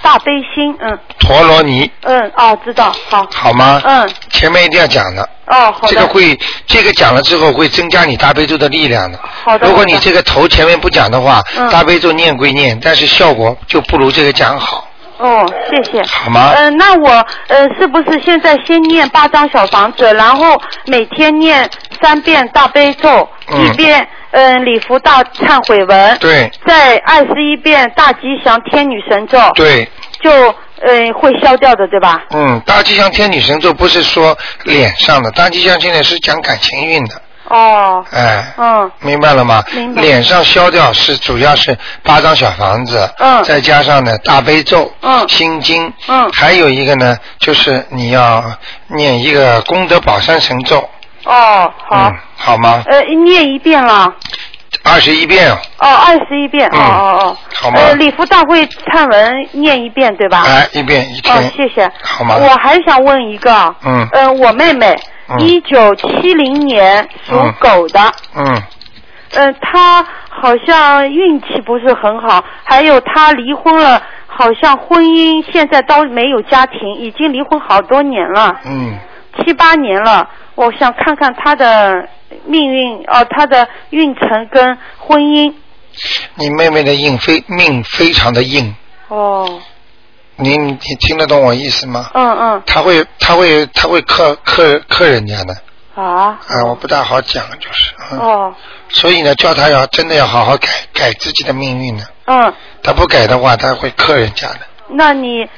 Speaker 5: 大悲心，嗯
Speaker 1: 陀罗尼，
Speaker 5: 嗯，哦，知道，好。
Speaker 1: 好吗？
Speaker 5: 嗯，
Speaker 1: 前面一定要讲的，
Speaker 5: 哦，好的。
Speaker 1: 这个会，这个讲了之后会增加你大悲咒的力量的。
Speaker 5: 好的
Speaker 1: 如果你
Speaker 5: 好的
Speaker 1: 这个头前面不讲的话，
Speaker 5: 嗯
Speaker 1: 大悲咒念归念，但是效果就不如这个讲好，
Speaker 5: 哦，谢谢。
Speaker 1: 好吗？
Speaker 5: 呃，那我呃，是不是现在先念八张小房子，然后每天念三遍大悲咒，
Speaker 1: 嗯
Speaker 5: 一遍嗯、呃礼佛大忏悔文，
Speaker 1: 对
Speaker 5: 再二十一遍大吉祥天女神咒，
Speaker 1: 对，
Speaker 5: 就呃会消掉的，对吧？
Speaker 1: 嗯，大吉祥天女神咒不是说脸上的，大吉祥天女是讲感情运的，
Speaker 5: 哦，
Speaker 1: 哎。
Speaker 5: 嗯，
Speaker 1: 明白了吗？
Speaker 5: 明白
Speaker 1: 脸上消掉是主要是八张小房子，
Speaker 5: 嗯
Speaker 1: 再加上呢大悲咒，
Speaker 5: 嗯
Speaker 1: 心经，
Speaker 5: 嗯
Speaker 1: 还有一个呢就是你要念一个功德宝山神咒，
Speaker 5: 哦，好，
Speaker 1: 嗯，好吗？
Speaker 5: 呃，念一遍了，
Speaker 1: 二十一遍，
Speaker 5: 哦，二十一遍，
Speaker 1: 嗯
Speaker 5: 哦哦哦，
Speaker 1: 好吗
Speaker 5: 呃，礼佛大会忏文念一遍，对吧？
Speaker 1: 哎，一遍一天，
Speaker 5: 哦，谢谢。
Speaker 1: 好吗？
Speaker 5: 我还想问一个。
Speaker 1: 嗯
Speaker 5: 呃，我妹妹
Speaker 1: 嗯，
Speaker 5: 一九七零年属
Speaker 1: 嗯
Speaker 5: 狗的，
Speaker 1: 嗯，
Speaker 5: 呃，她好像运气不是很好，还有她离婚了，好像婚姻现在都没有家庭，已经离婚好多年了，
Speaker 1: 嗯，
Speaker 5: 七八年了。我想看看她的命运，哦、她的运程跟婚姻。
Speaker 1: 你妹妹的硬非命非常的硬，
Speaker 5: 哦，
Speaker 1: 你你听得懂我意思吗？
Speaker 5: 嗯嗯，
Speaker 1: 她会她会她会克克克人家的
Speaker 5: 啊，
Speaker 1: 啊，我不大好讲，就是，嗯，
Speaker 5: 哦，
Speaker 1: 所以呢，叫她要真的要好好改改自己的命运呢，
Speaker 5: 嗯，
Speaker 1: 她不改的话，她会克人家的。
Speaker 5: 那你，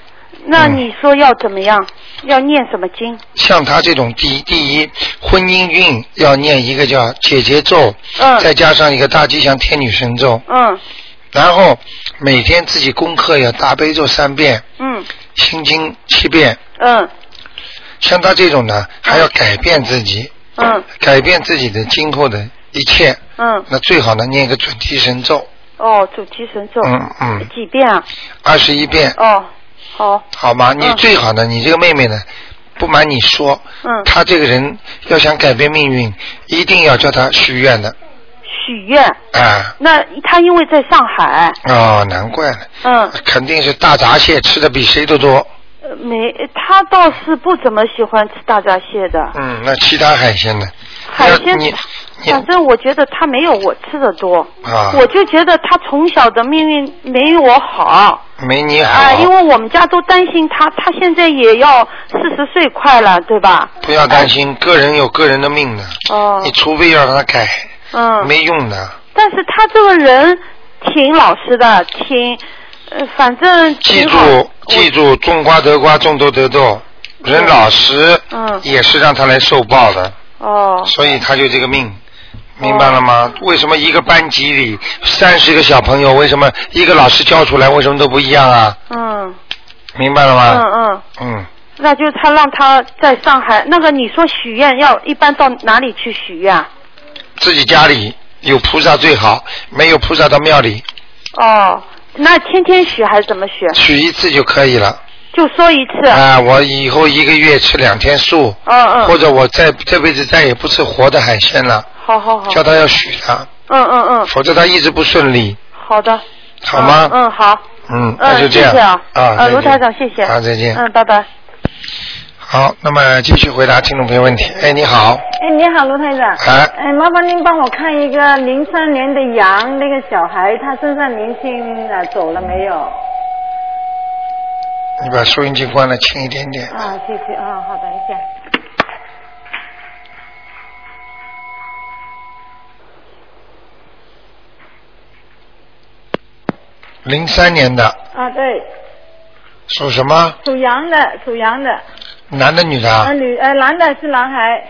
Speaker 5: 那
Speaker 1: 嗯
Speaker 5: 你说要怎么样？要念什么经？
Speaker 1: 像她这种第一第一婚姻运要念一个叫姐姐咒，再
Speaker 5: 嗯
Speaker 1: 加上一个大吉祥天女神咒，
Speaker 5: 嗯
Speaker 1: 然后每天自己功课要大悲咒三遍，
Speaker 5: 嗯
Speaker 1: 心经七遍。
Speaker 5: 嗯
Speaker 1: 像他这种呢，还要改变自己，
Speaker 5: 嗯
Speaker 1: 改变自己的今后的一切。
Speaker 5: 嗯，
Speaker 1: 那最好呢，念一个准提神咒，
Speaker 5: 哦，主题神咒，
Speaker 1: 嗯嗯，
Speaker 5: 几遍啊？
Speaker 1: 二十一遍，
Speaker 5: 哦，好，
Speaker 1: 好吗？你
Speaker 5: 嗯
Speaker 1: 最好呢，你这个妹妹呢，不瞒你说，
Speaker 5: 嗯，
Speaker 1: 她这个人要想改变命运，一定要叫她许愿的
Speaker 5: 许愿。
Speaker 1: 啊。
Speaker 5: 那他因为在上海，
Speaker 1: 哦，难怪了，
Speaker 5: 嗯，
Speaker 1: 肯定是大闸蟹吃的比谁都多。嗯
Speaker 5: 呃没，他倒是不怎么喜欢吃大闸蟹的，
Speaker 1: 嗯，那其他海鲜呢？
Speaker 5: 海鲜
Speaker 1: 你你
Speaker 5: 反正我觉得他没有我吃的多，
Speaker 1: 啊，
Speaker 5: 我就觉得他从小的命运没有我好。
Speaker 1: 没你好，
Speaker 5: 啊，因为我们家都担心他，他现在也要四十岁快了，对吧？
Speaker 1: 不要担心，个人有个人的命的，
Speaker 5: 哦
Speaker 1: 你，除非要让他改，
Speaker 5: 嗯，
Speaker 1: 没用的。
Speaker 5: 但是他这个人挺老实的，挺，呃，反正
Speaker 1: 记
Speaker 5: 挺好。
Speaker 1: 住，
Speaker 5: 我
Speaker 1: 记住，种瓜得瓜，种豆得豆，人老实，
Speaker 5: 嗯
Speaker 1: 也是让他来受报的，
Speaker 5: 哦
Speaker 1: 所以他就这个命。明白了吗？为什么一个班级里三十个小朋友，为什么一个老师教出来为什么都不一样啊？
Speaker 5: 嗯
Speaker 1: 明白了
Speaker 5: 嗯
Speaker 1: 吗？
Speaker 5: 嗯，
Speaker 1: 嗯，
Speaker 5: 那就他让他在上海那个你说许愿要一般到哪里去许愿？
Speaker 1: 自己家里有菩萨最好，没有菩萨到庙里
Speaker 5: 哦，那天天许还是怎么许？
Speaker 1: 许一次就可以了。
Speaker 5: 就说一次。
Speaker 1: 啊，我以后一个月吃两天素，
Speaker 5: 嗯嗯，
Speaker 1: 或者我再这辈子再也不吃活的海鲜了，
Speaker 5: 好好好。
Speaker 1: 叫他要许他，
Speaker 5: 嗯嗯嗯，
Speaker 1: 否则他一直不顺利，
Speaker 5: 好的。
Speaker 1: 好吗？
Speaker 5: 嗯嗯好。
Speaker 1: 嗯，那就这
Speaker 5: 嗯，谢
Speaker 1: 样
Speaker 5: 谢啊。
Speaker 1: 啊，
Speaker 5: 呃，卢
Speaker 1: 再
Speaker 5: 台
Speaker 1: 见
Speaker 5: 长，谢谢。
Speaker 1: 啊，再见。
Speaker 5: 嗯，拜拜。
Speaker 1: 好，那么继续回答听众朋友问题。哎，你好，
Speaker 6: 哎，你好，卢台长。
Speaker 1: 哎
Speaker 6: 哎，麻烦您帮我看一个零三年的羊，那个小孩他身上灵性啊走了没有？
Speaker 1: 你把收音机关了，轻一点点。
Speaker 6: 啊，谢谢啊、好，等一下。
Speaker 1: 零三年的，
Speaker 6: 啊，对，
Speaker 1: 属什么？
Speaker 6: 属羊的，属羊的，
Speaker 1: 男的女的
Speaker 6: 啊
Speaker 1: 啊？
Speaker 7: 嗯
Speaker 6: 女呃男的是男孩，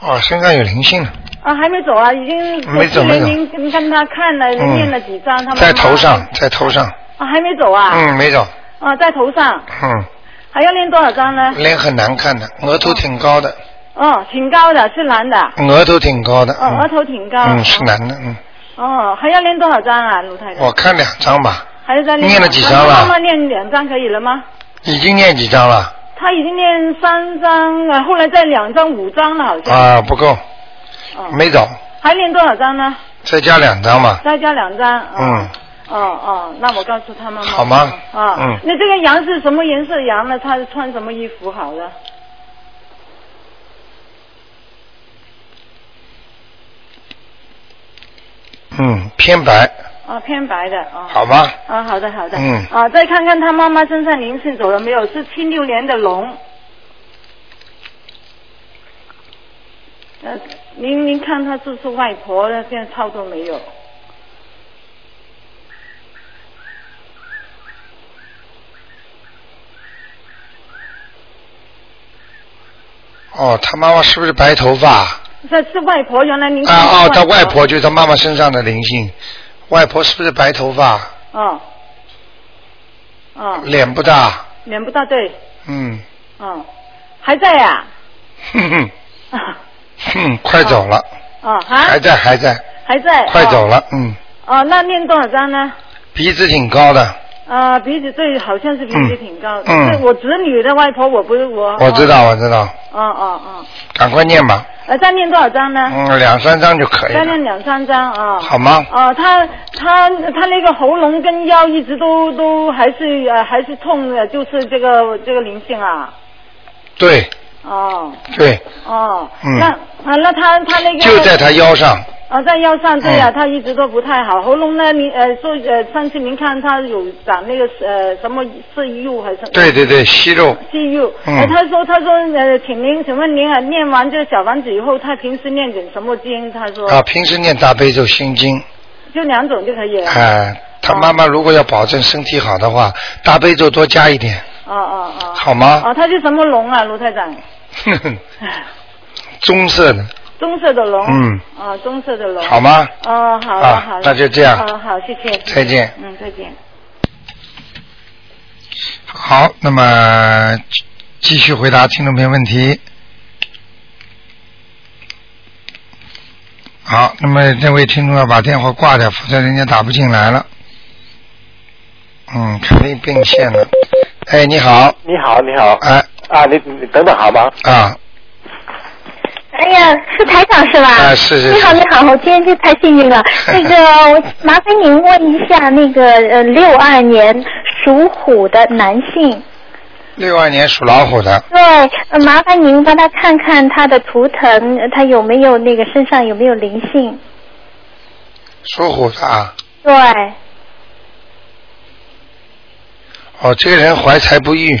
Speaker 1: 哦，身上有灵性了，
Speaker 6: 啊还没走啊，已经
Speaker 1: 没走没走
Speaker 6: 您您跟他看了，
Speaker 1: 嗯
Speaker 6: 念了几张，他妈妈
Speaker 1: 在头上，在头上。
Speaker 7: 啊，还没走啊？
Speaker 1: 嗯，没走，
Speaker 7: 啊，在头上，
Speaker 1: 嗯，
Speaker 7: 还要练多少张呢？
Speaker 1: 脸很难看的，额头挺高的，
Speaker 7: 哦，挺高的，是男的，
Speaker 1: 额头挺高的，
Speaker 7: 哦，额
Speaker 1: 嗯，
Speaker 7: 头挺高。
Speaker 1: 嗯，是男的，嗯，
Speaker 7: 哦，还要练多少张啊，卢太太？
Speaker 1: 我看两张吧，
Speaker 7: 还是在练啊。
Speaker 1: 念了几张了
Speaker 7: 慢慢练两张可以了吗？
Speaker 1: 已经念几张了？
Speaker 7: 他已经练三张了，后来再两张五张了，好像。
Speaker 1: 啊，不够，
Speaker 7: 哦
Speaker 1: 没走，
Speaker 7: 还练多少张呢？
Speaker 1: 再加两张吧，
Speaker 7: 再加两张。哦
Speaker 1: 嗯，
Speaker 7: 哦哦，那我告诉他妈妈。
Speaker 1: 好吗
Speaker 7: 啊，
Speaker 1: 嗯
Speaker 7: 那这个羊是什么颜色羊呢？它是穿什么衣服好的？
Speaker 1: 嗯，偏白，
Speaker 7: 啊，偏白的啊。
Speaker 1: 好吧，
Speaker 7: 啊，好的好的。
Speaker 1: 嗯
Speaker 7: 啊，再看看他妈妈身上灵性走了没有？是七六年的龙。呃，您您看她是不是外婆呢？现在操作没有？
Speaker 1: 哦，他妈妈是不是白头发？
Speaker 7: 这是外婆，原来您看
Speaker 1: 啊哦，
Speaker 7: 是
Speaker 1: 他外婆就是他妈妈身上的灵性，外婆是不是白头发，
Speaker 7: 哦，哦，
Speaker 1: 脸不大？
Speaker 7: 脸不大对， [laughs]
Speaker 1: 嗯，
Speaker 7: 哦，还在呀、
Speaker 1: 哼哼
Speaker 7: 啊？
Speaker 1: 哼，嗯快走了，
Speaker 7: 哦，还
Speaker 1: 还在还在，
Speaker 7: 还在，
Speaker 1: 快走
Speaker 7: 哦。
Speaker 1: 了，嗯，
Speaker 7: 哦，那念多少张呢？
Speaker 1: 鼻子挺高的，
Speaker 7: 啊，鼻子对，好像是鼻子挺高。
Speaker 1: 嗯嗯
Speaker 7: 对我侄女的外婆，我不是我。
Speaker 1: 我知。道我知道，
Speaker 7: 哦哦哦，
Speaker 1: 赶快念吧，
Speaker 7: 呃，再念多少张呢？
Speaker 1: 嗯，两三张就可以
Speaker 7: 再
Speaker 1: 了，
Speaker 7: 念两三张啊。
Speaker 1: 好吗？
Speaker 7: 哦，他他他那个喉咙跟腰一直都都还是呃还是痛的，就是这个这个灵性啊。
Speaker 1: 对
Speaker 7: 哦
Speaker 1: 对，
Speaker 7: 哦，
Speaker 1: 嗯
Speaker 7: 那啊那他他那个
Speaker 1: 就在他腰上，
Speaker 7: 啊，在腰上对呀、
Speaker 1: 嗯
Speaker 7: 他一直都不太好。喉咙呢，您呃说呃，上次您看他有长那个呃什么是肉还是
Speaker 1: 对对对，息肉，
Speaker 7: 是肉？
Speaker 1: 嗯
Speaker 7: 呃，他说他说呃，请您请问您啊，念完这个小房子以后，他平时念点什么经？他说、
Speaker 1: 啊，平时念大悲咒心经，
Speaker 7: 嗯就两种就可以了。
Speaker 1: 哎。他妈妈如果要保证身体好的话，大悲咒多加一点，
Speaker 7: 哦哦哦。
Speaker 1: 好吗？
Speaker 7: 哦，他是什么龙啊，卢台长？
Speaker 1: 哼哼， [laughs] 棕色的，
Speaker 7: 棕色的龙。
Speaker 1: 嗯。
Speaker 7: 啊，棕色的龙。
Speaker 1: 好。吗？
Speaker 7: 哦，好了、
Speaker 1: 啊
Speaker 7: 好了。
Speaker 1: 那就这样
Speaker 7: 好好，谢谢。
Speaker 1: 再见。
Speaker 7: 嗯，再见。
Speaker 1: 好，那么继继续回答听众朋友问题。好，那么这位听众要把电话挂掉，否则人家打不进来了。嗯，肯定变线了。哎，你好，
Speaker 8: 你好，你好
Speaker 1: 哎
Speaker 8: 啊，你你等等好吗？
Speaker 1: 啊，
Speaker 9: 哎呀，是台长是吧？
Speaker 1: 啊是是是
Speaker 9: 你好，你好，我今天就太幸
Speaker 1: [laughs]
Speaker 9: 运了。那个，我麻烦您问一下，那个呃，六二年属虎的男性，
Speaker 1: 六二年属老虎的，
Speaker 9: 对，呃麻烦您帮他看看他的图腾，呃他有没有那个身上有没有灵性？
Speaker 1: 属虎的啊。
Speaker 9: 对，
Speaker 1: 哦，这个人怀才不遇，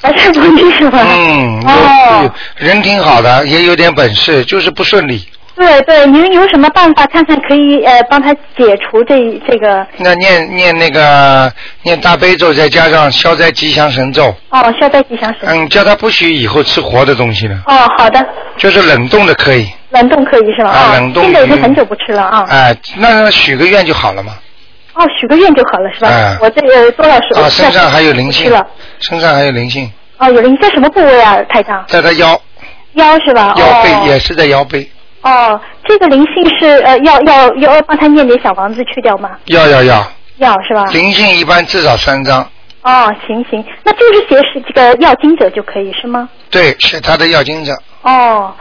Speaker 9: 还是不是是吧？
Speaker 1: 嗯，有
Speaker 9: 哦
Speaker 1: 人挺好的，也有点本事，就是不顺利。
Speaker 9: 对对，您有什么办法看看可以呃帮他解除这这个
Speaker 1: 那念念那个念大悲咒，再加上消灾吉祥神咒，
Speaker 9: 哦消灾吉祥神？
Speaker 1: 嗯，叫他不许以后吃活的东西了，
Speaker 9: 哦，好的，
Speaker 1: 就是冷冻的可以。
Speaker 9: 冷冻可以是吧？
Speaker 1: 啊
Speaker 9: 哦
Speaker 1: 冷冻
Speaker 9: 现在已经
Speaker 1: 鱼
Speaker 9: 很久不吃了啊。
Speaker 1: 哎、那许个愿就好了嘛。
Speaker 9: 哦，许个愿就好了，是吧？
Speaker 1: 哎
Speaker 9: 我这呃多少时？
Speaker 1: 啊，身上还有灵
Speaker 9: 去
Speaker 1: 性
Speaker 9: 了。，
Speaker 1: 身上还有灵性，
Speaker 9: 哦，有灵在什么部位啊，台长？
Speaker 1: 在他腰
Speaker 9: 哦腰是吧？
Speaker 1: 腰背、
Speaker 9: 哦
Speaker 1: 也是在腰背，
Speaker 9: 哦，这个灵性是呃要要要帮他念点小房子去掉吗？
Speaker 1: 要要要，
Speaker 9: 要是吧？
Speaker 1: 灵性一般至少三张，
Speaker 9: 哦，行行，那就是写是这个要经者就可以是吗？
Speaker 1: 对，写他的要经者。
Speaker 9: 哦。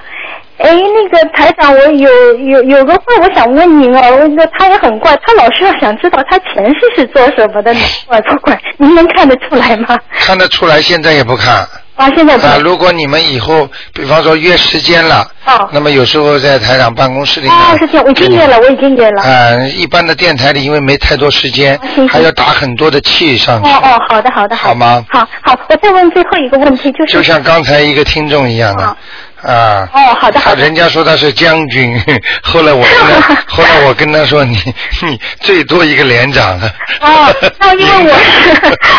Speaker 9: 哎，那个台长，我有有有个话我想问您哦，那个他也很怪，他老是想知道他前世是做什么的，怪不怪？您能看得出来吗？
Speaker 1: 看得出来，现在也不看
Speaker 9: 啊，现在不
Speaker 1: 啊。如果你们以后，比方说约时间了，
Speaker 9: 哦
Speaker 1: 那么有时候在台长办公室里面，
Speaker 9: 哦，是这样，
Speaker 1: 嗯
Speaker 9: 我已经念了，我已经念了。
Speaker 1: 呃，一般的电台里因为没太多时间
Speaker 9: 啊行，
Speaker 1: 还要打很多的气上去
Speaker 9: 哦，哦，好的，好的，
Speaker 1: 嗯好吗 [laughs]
Speaker 9: 好好，我再问最后一个问题，就是
Speaker 1: 就像刚才一个听众一样的
Speaker 9: 啊，
Speaker 1: 啊。
Speaker 9: 哦，好的
Speaker 1: 他人家说他是将军，后来我跟
Speaker 9: [laughs]
Speaker 1: 他，后来我跟他说你你最多一个连长。
Speaker 9: 哦，那因为我是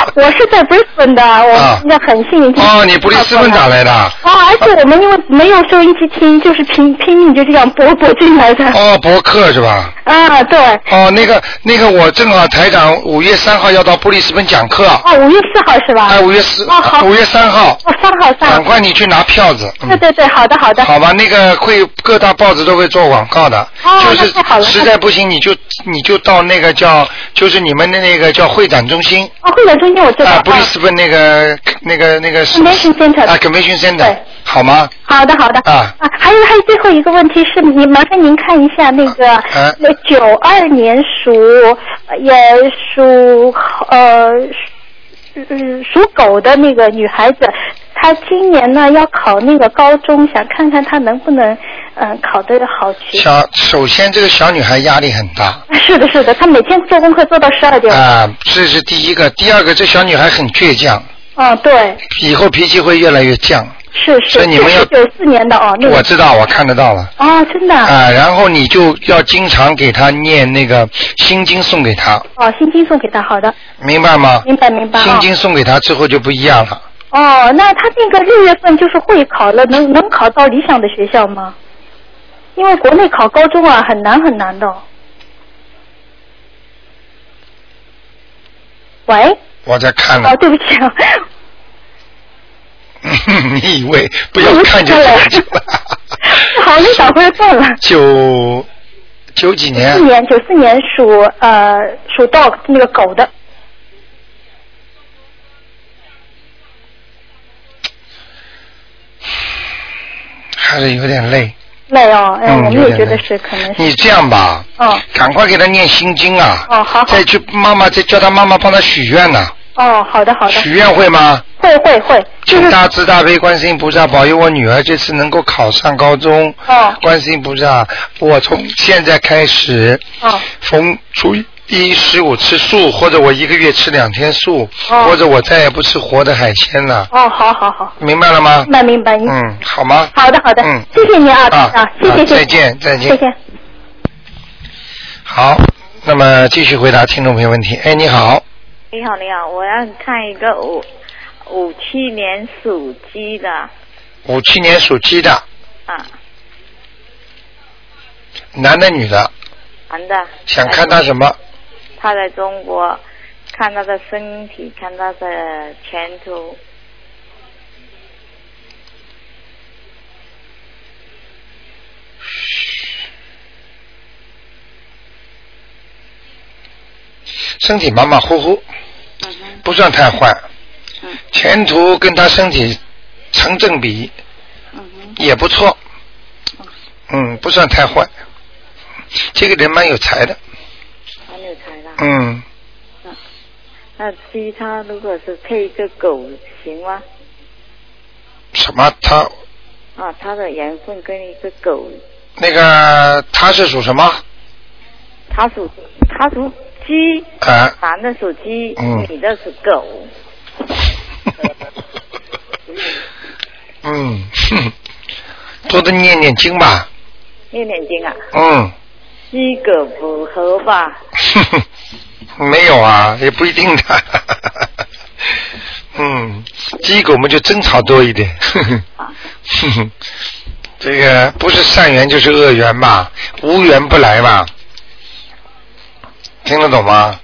Speaker 1: [laughs]
Speaker 9: 我是在 Brisbane 的，我真的很幸运。
Speaker 1: 啊哦，你布里斯本打来的啊？
Speaker 9: 哦，而且我们因为没有收音机听，就是拼拼命就这样播播进来的。
Speaker 1: 哦，博客是吧？
Speaker 9: 啊，对。
Speaker 1: 哦，那个那个，我正好台长五月三号要到布里斯本讲课，啊
Speaker 9: 哦，五月四号是吧？
Speaker 1: 哎，五月四
Speaker 9: 哦，好。
Speaker 1: 五月三号
Speaker 9: 哦，三号，三号。
Speaker 1: 赶快你去拿票子。嗯
Speaker 9: 对对对，好的好的。
Speaker 1: 好吧，那个会各大报纸都会做广告的，
Speaker 9: 哦
Speaker 1: 就是
Speaker 9: 那太好了
Speaker 1: 实在不行你就你就到那个叫就是你们的那个叫会展中心
Speaker 9: 哦，会展中心我知道。
Speaker 1: 啊，布里
Speaker 9: 哦
Speaker 1: 斯本那个那个那个
Speaker 9: Convention Center
Speaker 1: 啊，Convention Center 好吗？
Speaker 9: 好的，好的。
Speaker 1: 啊
Speaker 9: 还有还有最后一个问题是，您麻烦您看一下那个
Speaker 1: 啊
Speaker 9: 那九二年属呃也属呃属嗯属狗的那个女孩子，她今年呢要考那个高中，想看看她能不能嗯、呃考得好学 [laughs] 习。
Speaker 1: 小首先这个小女孩压力很大
Speaker 9: 是的，是的，她每天做功课做到十二点。
Speaker 1: 啊，这是第一个，第二个这小女孩很倔强，
Speaker 9: 嗯，对，
Speaker 1: 以后脾气会越来越犟。
Speaker 9: 是是。
Speaker 1: 所以你们要
Speaker 9: 九四年的哦，那个。
Speaker 1: 我知道，我看得到了。
Speaker 9: 哦，真的。
Speaker 1: 啊，然后你就要经常给她念那个心经送给她，
Speaker 9: 哦，心经送给她，好的，
Speaker 1: 明白吗？
Speaker 9: 明白明白。
Speaker 1: 心
Speaker 9: 哦
Speaker 1: 经送给她之后就不一样了。
Speaker 9: 哦，那他那个六月份就是会考了，能能考到理想的学校吗？因为国内考高中啊，很难很难的。喂，
Speaker 1: 我在看了
Speaker 9: 哦，，对不起啊，
Speaker 1: [laughs] 你以为不要看
Speaker 9: [laughs]
Speaker 1: 就
Speaker 9: 我
Speaker 1: 看
Speaker 9: 不知
Speaker 1: 就
Speaker 9: 道好，你打回断了。
Speaker 1: 九九几年
Speaker 9: [laughs] 四？年九四年属呃属 dog 那个狗的，
Speaker 1: 还是有点累。
Speaker 9: 累哦，哎，
Speaker 1: 嗯
Speaker 9: 我们
Speaker 1: 有
Speaker 9: 也
Speaker 1: 点
Speaker 9: 觉得
Speaker 1: 累
Speaker 9: 是，可能是，
Speaker 1: 你这样吧，
Speaker 9: 哦
Speaker 1: 赶快给他念心经啊！
Speaker 9: 哦，好好，
Speaker 1: 再去妈妈再叫他妈妈帮他许愿呐、
Speaker 9: 哦，好的好的，
Speaker 1: 许愿会吗？
Speaker 9: 会会会，就
Speaker 1: 请
Speaker 9: 是
Speaker 1: 大慈大悲观世音菩萨保佑我女儿这次能够考上高中。
Speaker 9: 哦
Speaker 1: 观世音菩萨，我从现在开始，
Speaker 9: 哦
Speaker 1: 逢初一十五吃素，或者我一个月吃两天素，
Speaker 9: 哦
Speaker 1: 或者我再也不吃活的海鲜了，
Speaker 9: 哦，好好好，
Speaker 1: 明白了吗
Speaker 9: 明？白明白，你
Speaker 1: 嗯，好吗？
Speaker 9: 好的好的
Speaker 1: 嗯，
Speaker 9: 谢谢您啊，
Speaker 1: 啊
Speaker 9: 啊，谢
Speaker 1: 啊
Speaker 9: 谢谢谢，
Speaker 1: 再见再见
Speaker 9: 谢谢。
Speaker 1: 好，那么继续回答听众朋友问题。哎，你好，
Speaker 10: 你好，你好，我要看一个五五七年属鸡的
Speaker 1: 五七年属鸡的，
Speaker 10: 啊，
Speaker 1: 男的女的，
Speaker 10: 男的。
Speaker 1: 想看他什么？
Speaker 10: 他在中国，看他的身体，看他的前途。
Speaker 1: 身体马马虎虎，
Speaker 10: 嗯哼，
Speaker 1: 不算太坏，
Speaker 10: 嗯
Speaker 1: 前途跟他身体成正比，
Speaker 10: 嗯哼，哦
Speaker 1: 也不错，嗯，不算太坏。这个人蛮有才的，
Speaker 10: 蛮有才的。
Speaker 1: 嗯，
Speaker 10: 那鸡他如果是配一个狗行吗？
Speaker 1: 什么他
Speaker 10: 啊，他的缘分跟一个狗，
Speaker 1: 那个他是属什么？
Speaker 10: 他属他属鸡，
Speaker 1: 啊、
Speaker 10: 男的属鸡，
Speaker 1: 嗯
Speaker 10: 女的属狗。
Speaker 1: 嗯，哼，多多念念经吧，
Speaker 10: 念念经啊，
Speaker 1: 嗯，
Speaker 10: 鸡狗不合吧？
Speaker 1: 哼哼， [laughs] 没有啊，也不一定的， [laughs] 嗯，鸡狗们就争吵多一点， [laughs] 哼哼
Speaker 10: 啊，
Speaker 1: 哼哼，这个不是善缘就是恶缘吧，无缘不来吧，听得懂吗？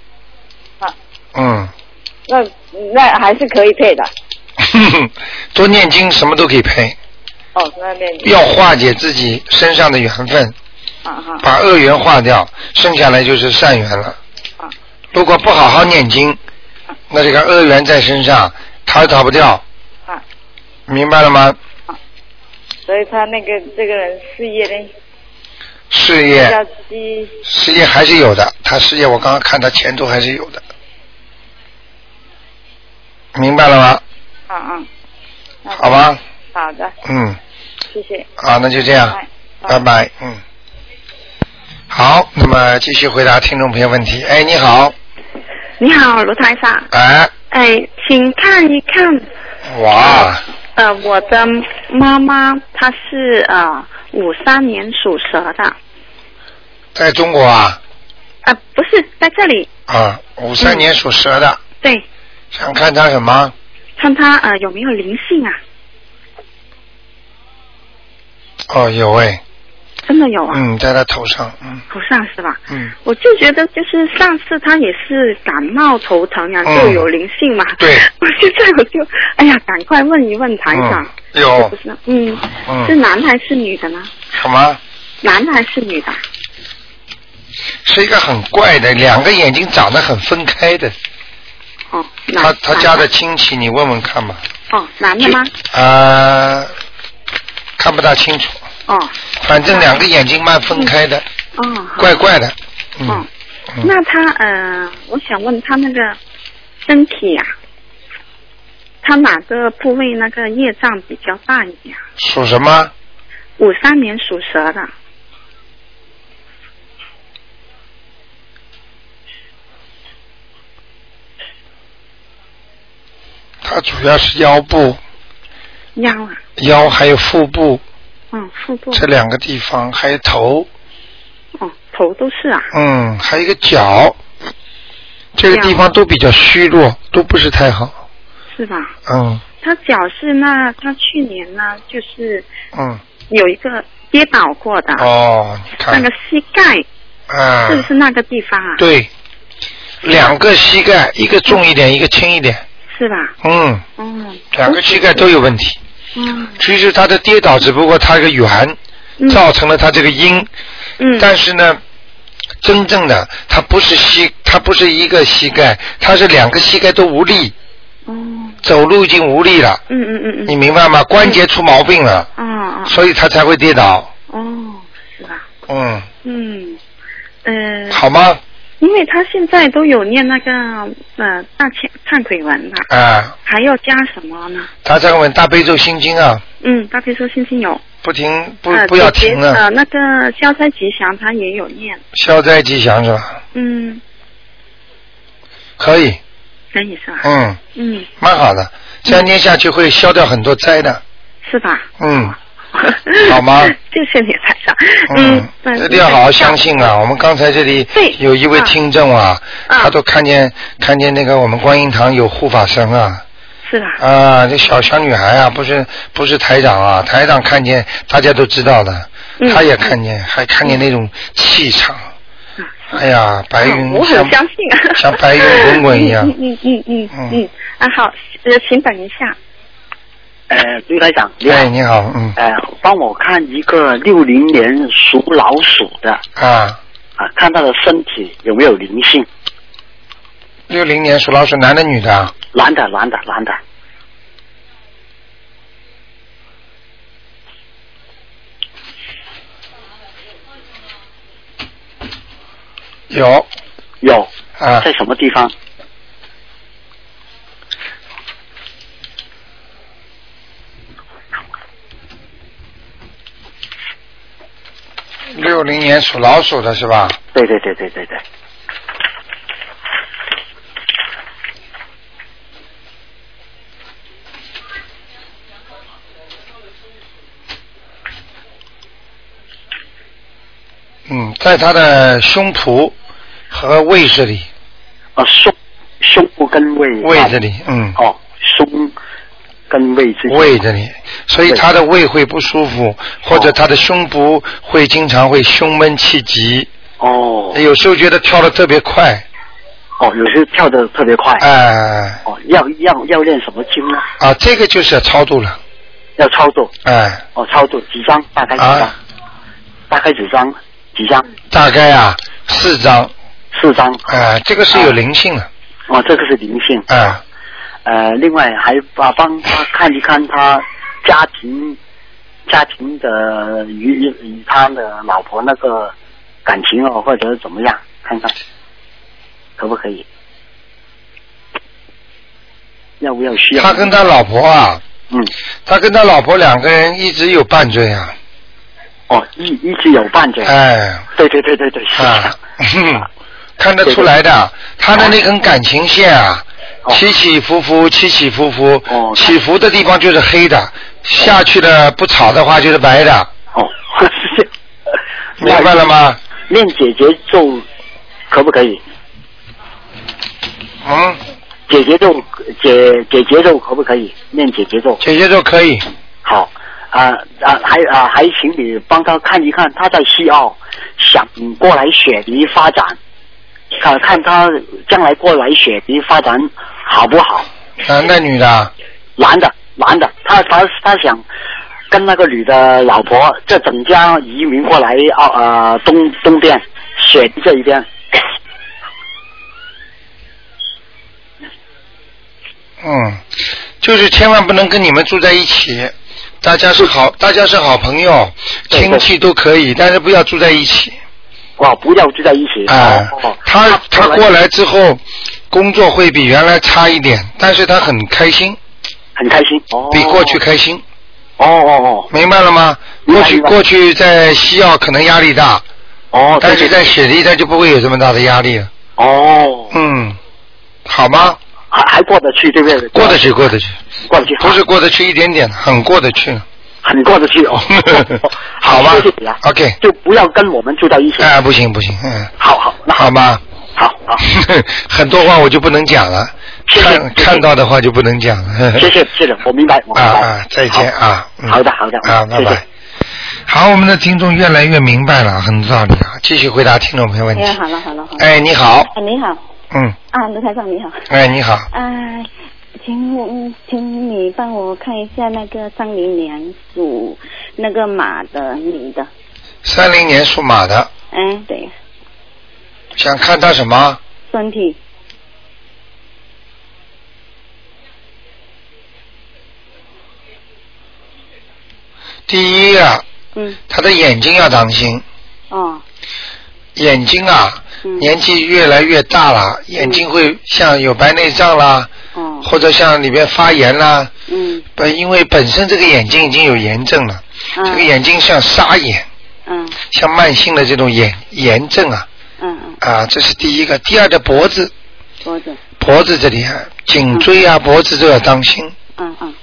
Speaker 10: 啊
Speaker 1: 嗯， [laughs]
Speaker 10: 那那还是可以配的。
Speaker 1: 哼哼，多念经什么都可以配，
Speaker 10: 哦，那念经
Speaker 1: 要化解自己身上的缘分，
Speaker 10: 啊哈
Speaker 1: 把恶缘化掉，剩下来就是善缘了
Speaker 10: 啊。
Speaker 1: 如果不好好念经，那这个恶缘在身上，逃也逃不掉，
Speaker 10: 啊，
Speaker 1: 明白了吗？
Speaker 10: 所以他那个这个人事业呢，
Speaker 1: 事
Speaker 10: 叫
Speaker 1: 业，
Speaker 10: 鸡
Speaker 1: 事业还是有的，他事业我刚刚看他前途还是有的，明白了吗？
Speaker 10: 啊啊，那
Speaker 1: 好吧，
Speaker 10: 好的，
Speaker 1: 嗯，
Speaker 10: 谢谢，
Speaker 1: 好，那就这样。
Speaker 10: 拜
Speaker 1: 拜。拜，嗯。好，那么继续回答听众朋友问题。哎，你好，
Speaker 11: 你好，卢台长，
Speaker 1: 哎，
Speaker 11: 哎，请看一看，
Speaker 1: 哇，
Speaker 11: 呃，我的
Speaker 12: 妈妈她是呃五三年属蛇的，啊、
Speaker 1: 在中国啊
Speaker 12: 不是在这里，
Speaker 1: 啊，五三年属蛇的，
Speaker 12: 对，
Speaker 1: 想看他什么？
Speaker 12: 看她呃有没有灵性啊？
Speaker 1: 哦，有哎，
Speaker 12: 真的有啊，
Speaker 1: 嗯，在他头上，嗯
Speaker 12: 头上是吧？
Speaker 1: 嗯，
Speaker 12: 我就觉得就是上次她也是感冒头疼呀、
Speaker 1: 嗯
Speaker 12: 就有灵性嘛，
Speaker 1: 对，
Speaker 12: [laughs] 我现在我就哎呀，赶快问一问台长，
Speaker 1: 嗯有
Speaker 12: 是不是？嗯，
Speaker 1: 嗯
Speaker 12: 是男的还是女的呢？
Speaker 1: 什么？
Speaker 12: 男的还是女的？
Speaker 1: 是一个很怪的，两个眼睛长得很分开的。
Speaker 12: 哦，
Speaker 1: 他他家的亲戚，你问问看吧。
Speaker 12: 哦，男的吗？
Speaker 1: 啊，看不大清楚，
Speaker 12: 哦，
Speaker 1: 反正两个眼睛慢分开的，
Speaker 12: 哦，好
Speaker 1: 怪怪的。嗯
Speaker 12: 哦，那他呃，我想问他那个身体呀、他哪个部位那个业障比较大一点？
Speaker 1: 属什么？
Speaker 12: 五三年属蛇的，
Speaker 1: 他主要是腰部、
Speaker 12: 腰啊，
Speaker 1: 腰还有腹部
Speaker 12: 嗯，腹部
Speaker 1: 这两个地方，还有头，
Speaker 12: 哦，头都是啊，
Speaker 1: 嗯，还有一个脚，这个地方都比较虚弱，都不是太好。
Speaker 12: 是吧？
Speaker 1: 嗯
Speaker 12: 他脚是那他去年呢，就是
Speaker 1: 嗯，
Speaker 12: 有一个跌倒过的，
Speaker 1: 哦，你
Speaker 12: 那
Speaker 1: 看
Speaker 12: 个，膝盖
Speaker 1: 啊
Speaker 12: 是不，是那个地方啊？，
Speaker 1: 对，两个膝盖，一个重一点，一个轻一点，
Speaker 12: 是吧？
Speaker 1: 嗯。
Speaker 12: 嗯
Speaker 1: 两个膝盖都有问题。
Speaker 12: 嗯。
Speaker 1: 其实他的跌倒，只不过他一个圆，造成了他这个阴。
Speaker 12: 嗯。
Speaker 1: 但是呢，真正的他不是膝，他不是一个膝盖，他是两个膝盖都无力。
Speaker 12: 哦
Speaker 1: 走路已经无力了，
Speaker 12: 嗯嗯嗯嗯，
Speaker 1: 你明白吗？关节出毛病了，
Speaker 12: 啊啊，
Speaker 1: 所以他才会跌倒。
Speaker 12: 哦，是吧？
Speaker 1: 嗯，
Speaker 12: 嗯，嗯、
Speaker 1: 好吗？
Speaker 12: 因为他现在都有念那个呃大忏忏悔文了，
Speaker 1: 啊，
Speaker 12: 还要加什么呢？
Speaker 1: 他在问大悲咒心经啊，
Speaker 12: 嗯，大悲咒心经有，
Speaker 1: 不停不
Speaker 12: 呃，
Speaker 1: 不要
Speaker 12: 姐姐
Speaker 1: 停了
Speaker 12: 呃，，那个消灾吉祥他也有念，
Speaker 1: 消灾吉祥是吧？
Speaker 12: 嗯，
Speaker 1: 可以，
Speaker 12: 可以是吧？
Speaker 1: 嗯，
Speaker 12: 嗯，
Speaker 1: 蛮好的，这样念下去会消掉很多灾的。
Speaker 12: 是吧？
Speaker 1: [laughs] 嗯，好吗？
Speaker 12: 谢谢你，台长。
Speaker 1: 嗯，
Speaker 12: 嗯
Speaker 1: 一定要好好相信啊！我们刚才这里有一位听众啊，他都看见看见那个我们观音堂有护法神啊。
Speaker 12: 是吧？
Speaker 1: 啊，这小小女孩啊，不是不是台长啊，台长看见大家都知道的，
Speaker 12: 嗯
Speaker 1: 他也看见，还看见那种气场，哎呀，白云
Speaker 12: 嗯我很
Speaker 1: 像
Speaker 12: 相信
Speaker 1: [laughs]
Speaker 12: 啊，
Speaker 1: 像白云滚滚一样
Speaker 12: 嗯嗯嗯嗯嗯嗯啊好，呃，请等一下，
Speaker 13: 呃，卢台长，你好
Speaker 1: 哎，你好，嗯
Speaker 13: 呃，帮我看一个六零年属老鼠的
Speaker 1: 啊，
Speaker 13: 啊，看他的身体有没有灵性？
Speaker 1: 六零年属老鼠，男的女的啊？
Speaker 13: 男的，男的，男的，
Speaker 1: 有
Speaker 13: 有
Speaker 1: 啊，
Speaker 13: 在什么地方？
Speaker 1: 六零年属老鼠的是吧？
Speaker 13: 对对对对对对，
Speaker 1: 嗯，在他的胸脯和胃这里，
Speaker 13: 啊，胸胸部跟胃
Speaker 1: 胃这里，嗯，
Speaker 13: 哦，胸跟胃之间
Speaker 1: 胃这里，所以他的胃会不舒服，或者他的胸部会经常会胸闷气急，
Speaker 13: 哦
Speaker 1: 有时候觉得跳的特别快，
Speaker 13: 哦，有时跳得特别快，
Speaker 1: 哎、
Speaker 13: 哦，要要要练什么经呢？
Speaker 1: 啊，这个就是要超度了，
Speaker 13: 要操作
Speaker 1: 哎、
Speaker 13: 哦，操作几张？大概几张？
Speaker 1: 啊，
Speaker 13: 大概几张？几张？
Speaker 1: 大概啊四张，
Speaker 13: 四张。啊
Speaker 1: 哎、这个是有灵性的，
Speaker 13: 哦，这个是灵性。
Speaker 1: 哎、
Speaker 13: 呃，另外还把帮
Speaker 1: [laughs]
Speaker 13: 他看一看他家庭家庭的与与他的老婆那个感情哦，或者怎么样，看看可不可以？要不要需要？
Speaker 1: 他跟他老婆啊，
Speaker 13: 嗯，
Speaker 1: 他跟他老婆两个人一直有拌嘴啊，
Speaker 13: 哦，一一直有伴着。
Speaker 1: 哎，嗯
Speaker 13: 对对对对对，是这样
Speaker 1: 啊，看得出来的，他的那根感情线啊，
Speaker 13: 哦
Speaker 1: 起起伏伏，起起伏伏，起伏的地方就是黑的，下去的不炒的话就是白的。
Speaker 13: 哦，
Speaker 1: 明白了吗？
Speaker 13: 念姐姐咒可不可以？
Speaker 1: 嗯，
Speaker 13: 姐姐咒姐姐姐咒可不可以？念姐姐咒？
Speaker 1: 姐姐咒可以。
Speaker 13: 好啊啊，还啊还请你帮他看一看，他在西澳想过来雪梨发展，看看他将来过来雪梨发展好不好？
Speaker 1: 男的女的啊？
Speaker 13: 男的男的，他他他想跟那个女的老婆，这整家移民过来澳呃东东边雪梨这一边。
Speaker 1: 嗯，就是千万不能跟你们住在一起，大家是好，大家是好朋友，亲戚都可以，但是不要住在一起。
Speaker 13: 哇，哦不要住在一起。哦
Speaker 1: 哎、他他过来之后，工作会比原来差一点，但是他很开心。
Speaker 13: 很开心。哦。
Speaker 1: 比过去开心。
Speaker 13: 哦哦哦。
Speaker 1: 明白了吗？
Speaker 13: 明白
Speaker 1: 过去
Speaker 13: 明白
Speaker 1: 过去在西澳可能压力大。
Speaker 13: 哦。
Speaker 1: 但是在雪梨他就不会有这么大的压力了。
Speaker 13: 哦。
Speaker 1: 嗯，好吗？
Speaker 13: 还还过得去，对不对？
Speaker 1: 过得去，过得去，
Speaker 13: 过得去，
Speaker 1: 不是过得去一点啊点，很过得去。
Speaker 13: 很过得去哦，
Speaker 1: [laughs] 好吧
Speaker 13: 谢谢你啊
Speaker 1: ，OK，
Speaker 13: 就不要跟我们住在一起。
Speaker 1: 哎、不行不行，嗯，
Speaker 13: 好好，
Speaker 1: 好吗？
Speaker 13: 好好，
Speaker 1: [laughs] 很多话我就不能讲了，看看到的话就不能讲了。 [laughs]
Speaker 13: 谢谢谢谢，我明白，我明白。
Speaker 1: 啊啊再见啊
Speaker 13: 好好的好的
Speaker 1: 啊，拜
Speaker 13: 谢谢
Speaker 1: 拜。好，我们的听众越来越明白了，很道理啊。继续回答听众朋友问题。
Speaker 12: 哎，好了好了好了。
Speaker 1: 哎你好
Speaker 12: 哎，你好
Speaker 1: 嗯，
Speaker 12: 啊，卢台长你好。
Speaker 1: 哎，你好，
Speaker 12: 啊，请我嗯请你帮我看一下那个三零年属那个马的女的，
Speaker 1: 三零年属马的，
Speaker 12: 哎，对，
Speaker 1: 想看他什么？
Speaker 12: 身体
Speaker 1: 第一啊，
Speaker 12: 嗯，
Speaker 1: 他的眼睛要当心，
Speaker 12: 哦，
Speaker 1: 眼睛啊，
Speaker 12: 嗯
Speaker 1: 年纪越来越大了，眼睛会像有白内障啦，或者像里边发炎啦，
Speaker 12: 嗯，
Speaker 1: 本因为本身这个眼睛已经有炎症了，
Speaker 12: 嗯
Speaker 1: 这个眼睛像沙眼，
Speaker 12: 嗯，
Speaker 1: 像慢性的这种炎炎症啊，
Speaker 12: 嗯嗯，
Speaker 1: 啊，这是第一个，第二的脖子，
Speaker 12: 脖子，
Speaker 1: 脖子这里啊，颈椎啊，脖子都要当心，
Speaker 12: 嗯嗯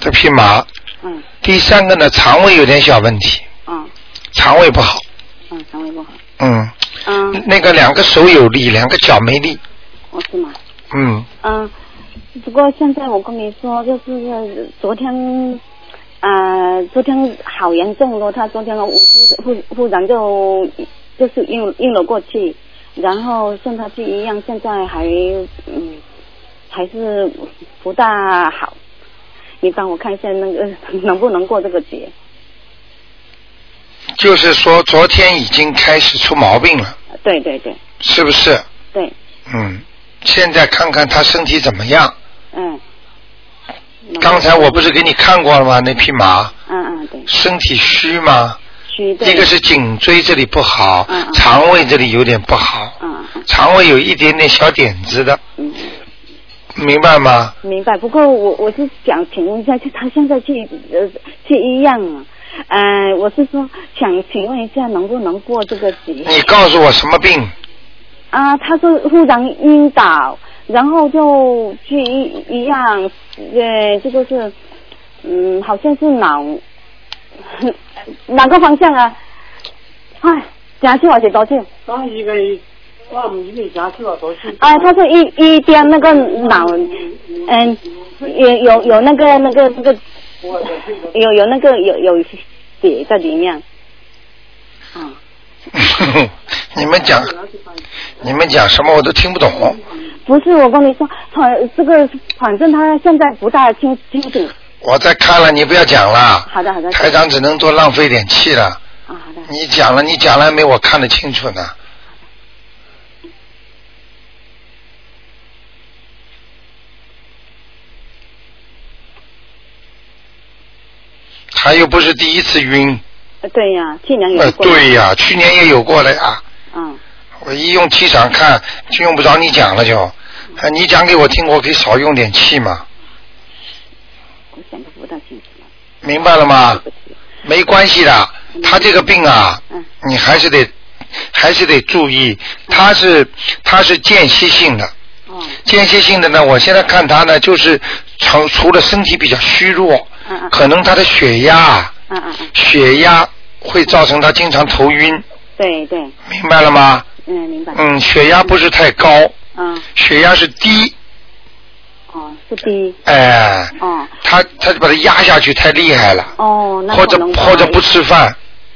Speaker 1: 这匹马，
Speaker 12: 嗯
Speaker 1: 第三个呢，肠胃有点小问题，
Speaker 12: 嗯
Speaker 1: 肠胃不好，
Speaker 12: 嗯，肠胃不好，
Speaker 1: 嗯，
Speaker 12: 嗯，
Speaker 1: 那个两个手有力，两个脚没力，
Speaker 12: 我是马，
Speaker 1: 嗯，
Speaker 12: 嗯，不过现在我跟你说，就是昨天，呃，昨天好严重咯，他昨天忽忽忽然就就是晕晕了过去，然后送他去医院，现在还嗯还是不大好。你帮我看一下那个能不能过这个节？
Speaker 1: 就是说昨天已经开始出毛病了，
Speaker 12: 对对对
Speaker 1: 是不是？
Speaker 12: 对，
Speaker 1: 嗯，现在看看他身体怎么样。
Speaker 12: 嗯。
Speaker 1: 刚才我不是给你看过了吗？那匹马
Speaker 12: 嗯嗯对，
Speaker 1: 身体虚吗？
Speaker 12: 虚对。嗯
Speaker 1: 一个是颈椎这里不好，肠胃这里有点不好，肠胃有一点点小点子的，
Speaker 12: 嗯
Speaker 1: 明白吗？
Speaker 12: 明白，不过我我是想请问一下，就他现在去呃去医院了，呃，我是说想请问一下能不能过这个节
Speaker 1: 你告诉我什么病？ [laughs]
Speaker 12: 啊？他是忽然晕倒，然后就去医医院，呃，这个是嗯，好像是脑 [laughs] 哪个方向啊？唉，夹去我写多去。
Speaker 14: 我以为我唔以为假去我多去。
Speaker 12: 啊，他是一一边那个脑，嗯，有有有那个那个那个，有有那个有有血在里面。
Speaker 1: 你们讲，你们讲什么我都听不懂。
Speaker 12: 不是，我跟你说，反这个反正他现在不大清清楚。
Speaker 1: 我在看了，你不要讲了。
Speaker 12: 好的好的。
Speaker 1: 台长只能多浪费点气了。你讲了，你讲了没？我看得清楚呢。他又不是第一次晕，
Speaker 12: 呃对呀、去年
Speaker 1: 呃
Speaker 12: 有，过。
Speaker 1: 对呀、去年也有过了呀。
Speaker 12: 嗯。
Speaker 1: 我一用气场看，就用不着你讲了就，啊，你讲给我听，我可以少用点气嘛。
Speaker 12: 我想的不大清楚。
Speaker 1: 明白了吗？没关系的，
Speaker 12: 嗯
Speaker 1: 他这个病啊，你
Speaker 12: 嗯
Speaker 1: 还是得还是得注意，他是他是间歇性的，
Speaker 12: 哦
Speaker 1: 间歇性的呢，我现在看他呢，就是除除了身体比较虚弱，可能他的血压，
Speaker 12: 嗯嗯嗯，
Speaker 1: 血压会造成他经常头晕，
Speaker 12: 对对，
Speaker 1: 明白了吗？
Speaker 12: 嗯，明白。
Speaker 1: 嗯，血压不是太高，
Speaker 12: 嗯，
Speaker 1: 血压是低，
Speaker 12: 哦，是低。
Speaker 1: 哎，
Speaker 12: 哦
Speaker 1: 他他就把他压下去太厉害了，
Speaker 12: 哦，那
Speaker 1: 或
Speaker 12: 可
Speaker 1: 者
Speaker 12: 能
Speaker 1: 或者不吃饭，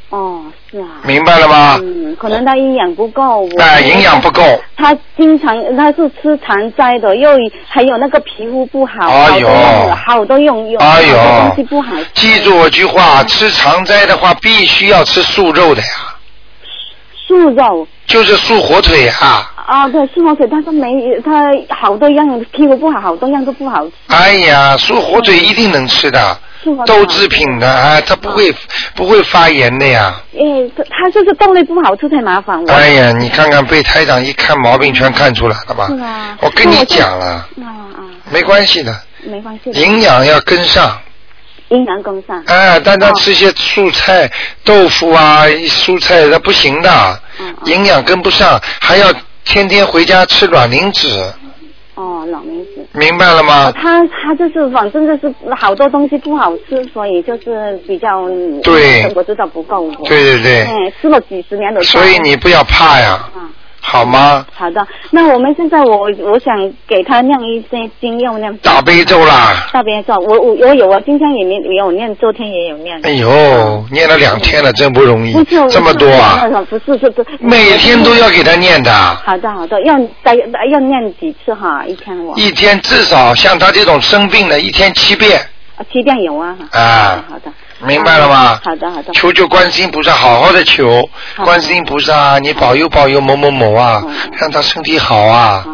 Speaker 12: 哦，是啊。
Speaker 1: 明白了吗？
Speaker 12: 嗯，可能他营养不够。我
Speaker 1: 哎，营养不够，
Speaker 12: 他经常他是吃常斋的，又还有那个皮肤不好，
Speaker 1: 哎呦
Speaker 12: 好多用有
Speaker 1: 哎呦
Speaker 12: 好多东西不好，
Speaker 1: 记住我句
Speaker 12: 嗯
Speaker 1: 话，吃常斋的话必须要吃素肉的呀，
Speaker 12: 素肉
Speaker 1: 就是素火腿啊。
Speaker 12: 啊，对，素火腿，他说没，他好多样皮肤不好，好多样都不好吃。
Speaker 1: 哎呀，素火
Speaker 12: 嗯
Speaker 1: 腿一定能吃的，
Speaker 12: 素火腿
Speaker 1: 豆制品的啊，它不
Speaker 12: 嗯
Speaker 1: 会不会发炎的呀。
Speaker 12: 哎，他他就是豆类不好吃才麻烦我。
Speaker 1: 哎呀，你看看被台长一看毛病全看出来了吧
Speaker 12: 是？啊，
Speaker 1: 我跟你讲啊，
Speaker 12: 那我就，啊
Speaker 1: 没关系的，
Speaker 12: 啊，没关系的。
Speaker 1: 营养要跟上。
Speaker 12: 营养跟上。
Speaker 1: 哎，但他吃些素菜、豆腐啊、蔬菜，他不行的，
Speaker 12: 嗯
Speaker 1: 营养跟不上，还要天天回家吃卵磷脂，
Speaker 12: 哦，老梅子。
Speaker 1: 明白了吗？
Speaker 12: 他他就是反正就是好多东西不好吃，所以就是比较
Speaker 1: 对
Speaker 12: 我知道不够我
Speaker 1: 对对对
Speaker 12: 哎，吃了几十年的。
Speaker 1: 所以你不要怕呀，
Speaker 12: 嗯
Speaker 1: 好吗？
Speaker 12: 好的，那我们现在我我想给他念一些经，要念
Speaker 1: 大悲咒啦，
Speaker 12: 大悲咒，我我我有啊，今天也念也有念，昨天也有念。
Speaker 1: 哎呦，念了两天了，真不容易
Speaker 12: 嗯不是，
Speaker 1: 这么多啊！！
Speaker 12: 我嗯不是是不是，
Speaker 1: 每天都要给他念的
Speaker 12: 好的好的，要大约要念几次哈？一天我
Speaker 1: 一天至少像他这种生病的，一天七遍
Speaker 12: 啊七遍有啊。
Speaker 1: 啊，
Speaker 12: 好的，
Speaker 1: 明白了吗？
Speaker 12: 好的好的。
Speaker 1: 求求观世音菩萨，好好的求观世音菩萨，你保佑保佑某某某啊，让他身体好啊，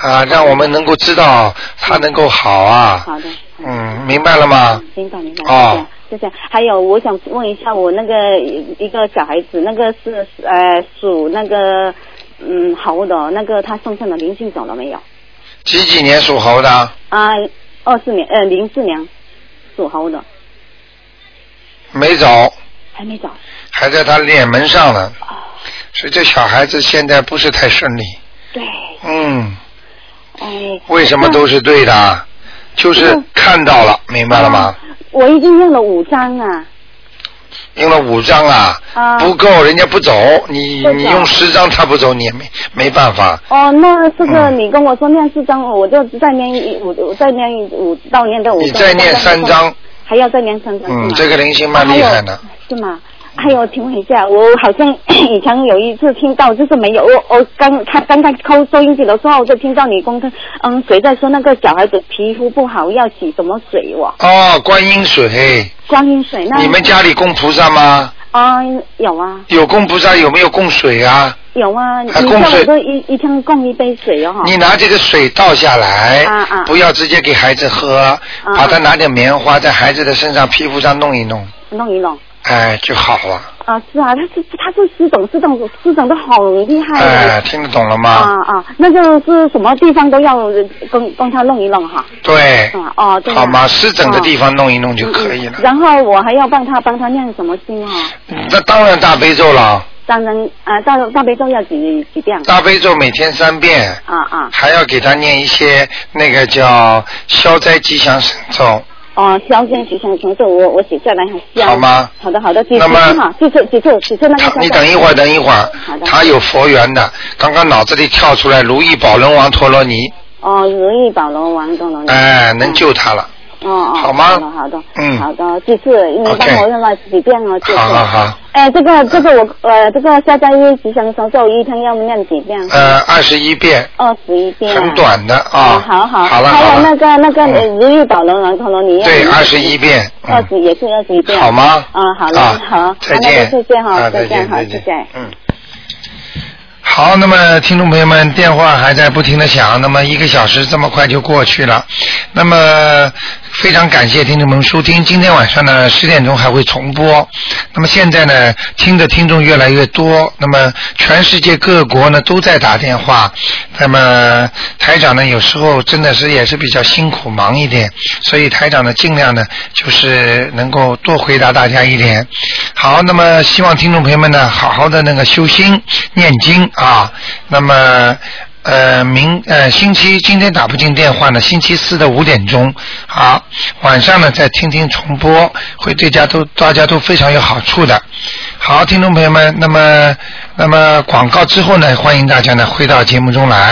Speaker 1: 啊，让我们能够知道他能够好啊，
Speaker 12: 好的，
Speaker 1: 嗯，明白了吗？
Speaker 12: 明白明白。
Speaker 1: 哦，
Speaker 12: 谢谢。还有，我想问一下，我那个一个小孩子，那个是呃属那个嗯猴的，那个他身上的灵性走了没有？
Speaker 1: 几几年属猴的？
Speaker 12: 啊，二四年呃零四年属猴的
Speaker 1: 没走，
Speaker 12: 还没走。
Speaker 1: 还在他脸门上呢，
Speaker 12: 哦
Speaker 1: 所以这小孩子现在不是太顺利。
Speaker 12: 对。
Speaker 1: 嗯，
Speaker 12: 哎，
Speaker 1: 为什么都是对的？就是看到了，明白了吗？
Speaker 12: 我已经用了五张啊。
Speaker 1: 用了五张啊，
Speaker 12: 啊
Speaker 1: 不够，人家不走，你
Speaker 12: 不走
Speaker 1: 你用十张他不走，你也没没办法。
Speaker 12: 哦，那这个
Speaker 1: 嗯
Speaker 12: 你跟我说念四张，哦我就再念一我我再念一五到念到五张。
Speaker 1: 你再念三张，
Speaker 12: 还要再念三张。
Speaker 1: 嗯
Speaker 12: 是，吗
Speaker 1: 这个灵性蛮厉害的。
Speaker 12: 是吗？还有，请问一下，我好像 [coughs] 以前有一次听到，就是没有，我我刚他刚刚抠收音机的时候，我就听到你公公嗯谁在说那个小孩子皮肤不好要洗什么水哦，
Speaker 1: 哦，观音水，
Speaker 12: 观音水那
Speaker 1: 你们家里供菩萨吗？
Speaker 12: 啊、有啊
Speaker 1: 有供菩萨，有没有供水啊？
Speaker 12: 有啊，你
Speaker 1: 还
Speaker 12: 叫
Speaker 1: 供水
Speaker 12: 我都一一天供一杯水哦哈，
Speaker 1: 你拿这个水倒下来，
Speaker 12: 啊啊
Speaker 1: 不要直接给孩子喝，把它拿点棉花在孩子的身上、皮肤上弄一弄，
Speaker 12: 弄一弄
Speaker 1: 哎，就好了。
Speaker 12: 啊是啊，他是他是湿疹，湿疹湿疹都很厉害的。
Speaker 1: 哎，听得懂了吗？
Speaker 12: 啊啊，那就是什么地方都要跟跟他弄一弄哈。
Speaker 1: 对，
Speaker 12: 啊哦，对啊。
Speaker 1: 好吗？湿疹的地方弄一弄
Speaker 12: 哦
Speaker 1: 就可以了。
Speaker 12: 嗯嗯然后我还要帮他帮他念什么经啊？
Speaker 1: 那当然大悲咒了，
Speaker 12: 当然啊，大大悲咒要几几遍？
Speaker 1: 大悲咒每天三遍，
Speaker 12: 啊啊
Speaker 1: 还要给他念一些那个叫消灾吉祥神咒。
Speaker 12: 哦，消灾吉祥神咒，我我写下来还消。
Speaker 1: 好吗
Speaker 12: 好的好的，几
Speaker 1: 那
Speaker 12: 次
Speaker 1: 么
Speaker 12: 哈？几次几次几次那个消灾。
Speaker 1: 你等一会儿，等一会儿
Speaker 12: 好的，
Speaker 1: 他有佛缘的，刚刚脑子里跳出来如意宝轮王陀罗尼，
Speaker 12: 哦，如意宝龙王中龙。
Speaker 1: 哎，能救他了。
Speaker 12: 哦哦。
Speaker 1: 好吗
Speaker 12: 好的好的。
Speaker 1: 嗯
Speaker 12: 好的，几次你帮
Speaker 1: OK
Speaker 12: 我念了几遍哦，几次。
Speaker 1: 好好好，
Speaker 12: 哎，这个这个我呃这个消灾吉祥神咒一天要念几遍？啊
Speaker 1: 呃，二十一遍，
Speaker 12: 二十一遍。啊
Speaker 1: 很短的
Speaker 12: 哦，
Speaker 1: 啊。
Speaker 12: 好好，
Speaker 1: 好了
Speaker 12: 还
Speaker 1: 好了
Speaker 12: 有
Speaker 1: 嗯
Speaker 12: 那个那个呃如意宝龙王陀罗尼亚，
Speaker 1: 对，二十一遍。
Speaker 12: 二十也是二十一遍，
Speaker 1: 好吗
Speaker 12: 嗯，好
Speaker 1: 啊
Speaker 12: 了，好，
Speaker 1: 再
Speaker 12: 那
Speaker 1: 见
Speaker 12: 就再见哈，
Speaker 1: 啊
Speaker 12: 再
Speaker 1: 再见
Speaker 12: 见哈，
Speaker 1: 再
Speaker 12: 谢
Speaker 1: 见嗯
Speaker 12: 谢。
Speaker 1: 好，那么听众朋友们，电话还在不停的响，那么一个小时这么快就过去了，那么非常感谢听众们收听，今天晚上呢十点钟还会重播，那么现在呢听的听众越来越多，那么全世界各国呢都在打电话，那么台长呢有时候真的是也是比较辛苦忙一点，所以台长呢尽量呢就是呃能够多回答大家一点。好，那么希望听众朋友们呢，好好的那个修心念经啊。那么，呃明呃星期今天打不进电话呢，星期四的五点钟，好，晚上呢再听听重播，会对家都大家都非常有好处的。好，听众朋友们，那么那么广告之后呢，欢迎大家呢回到节目中来。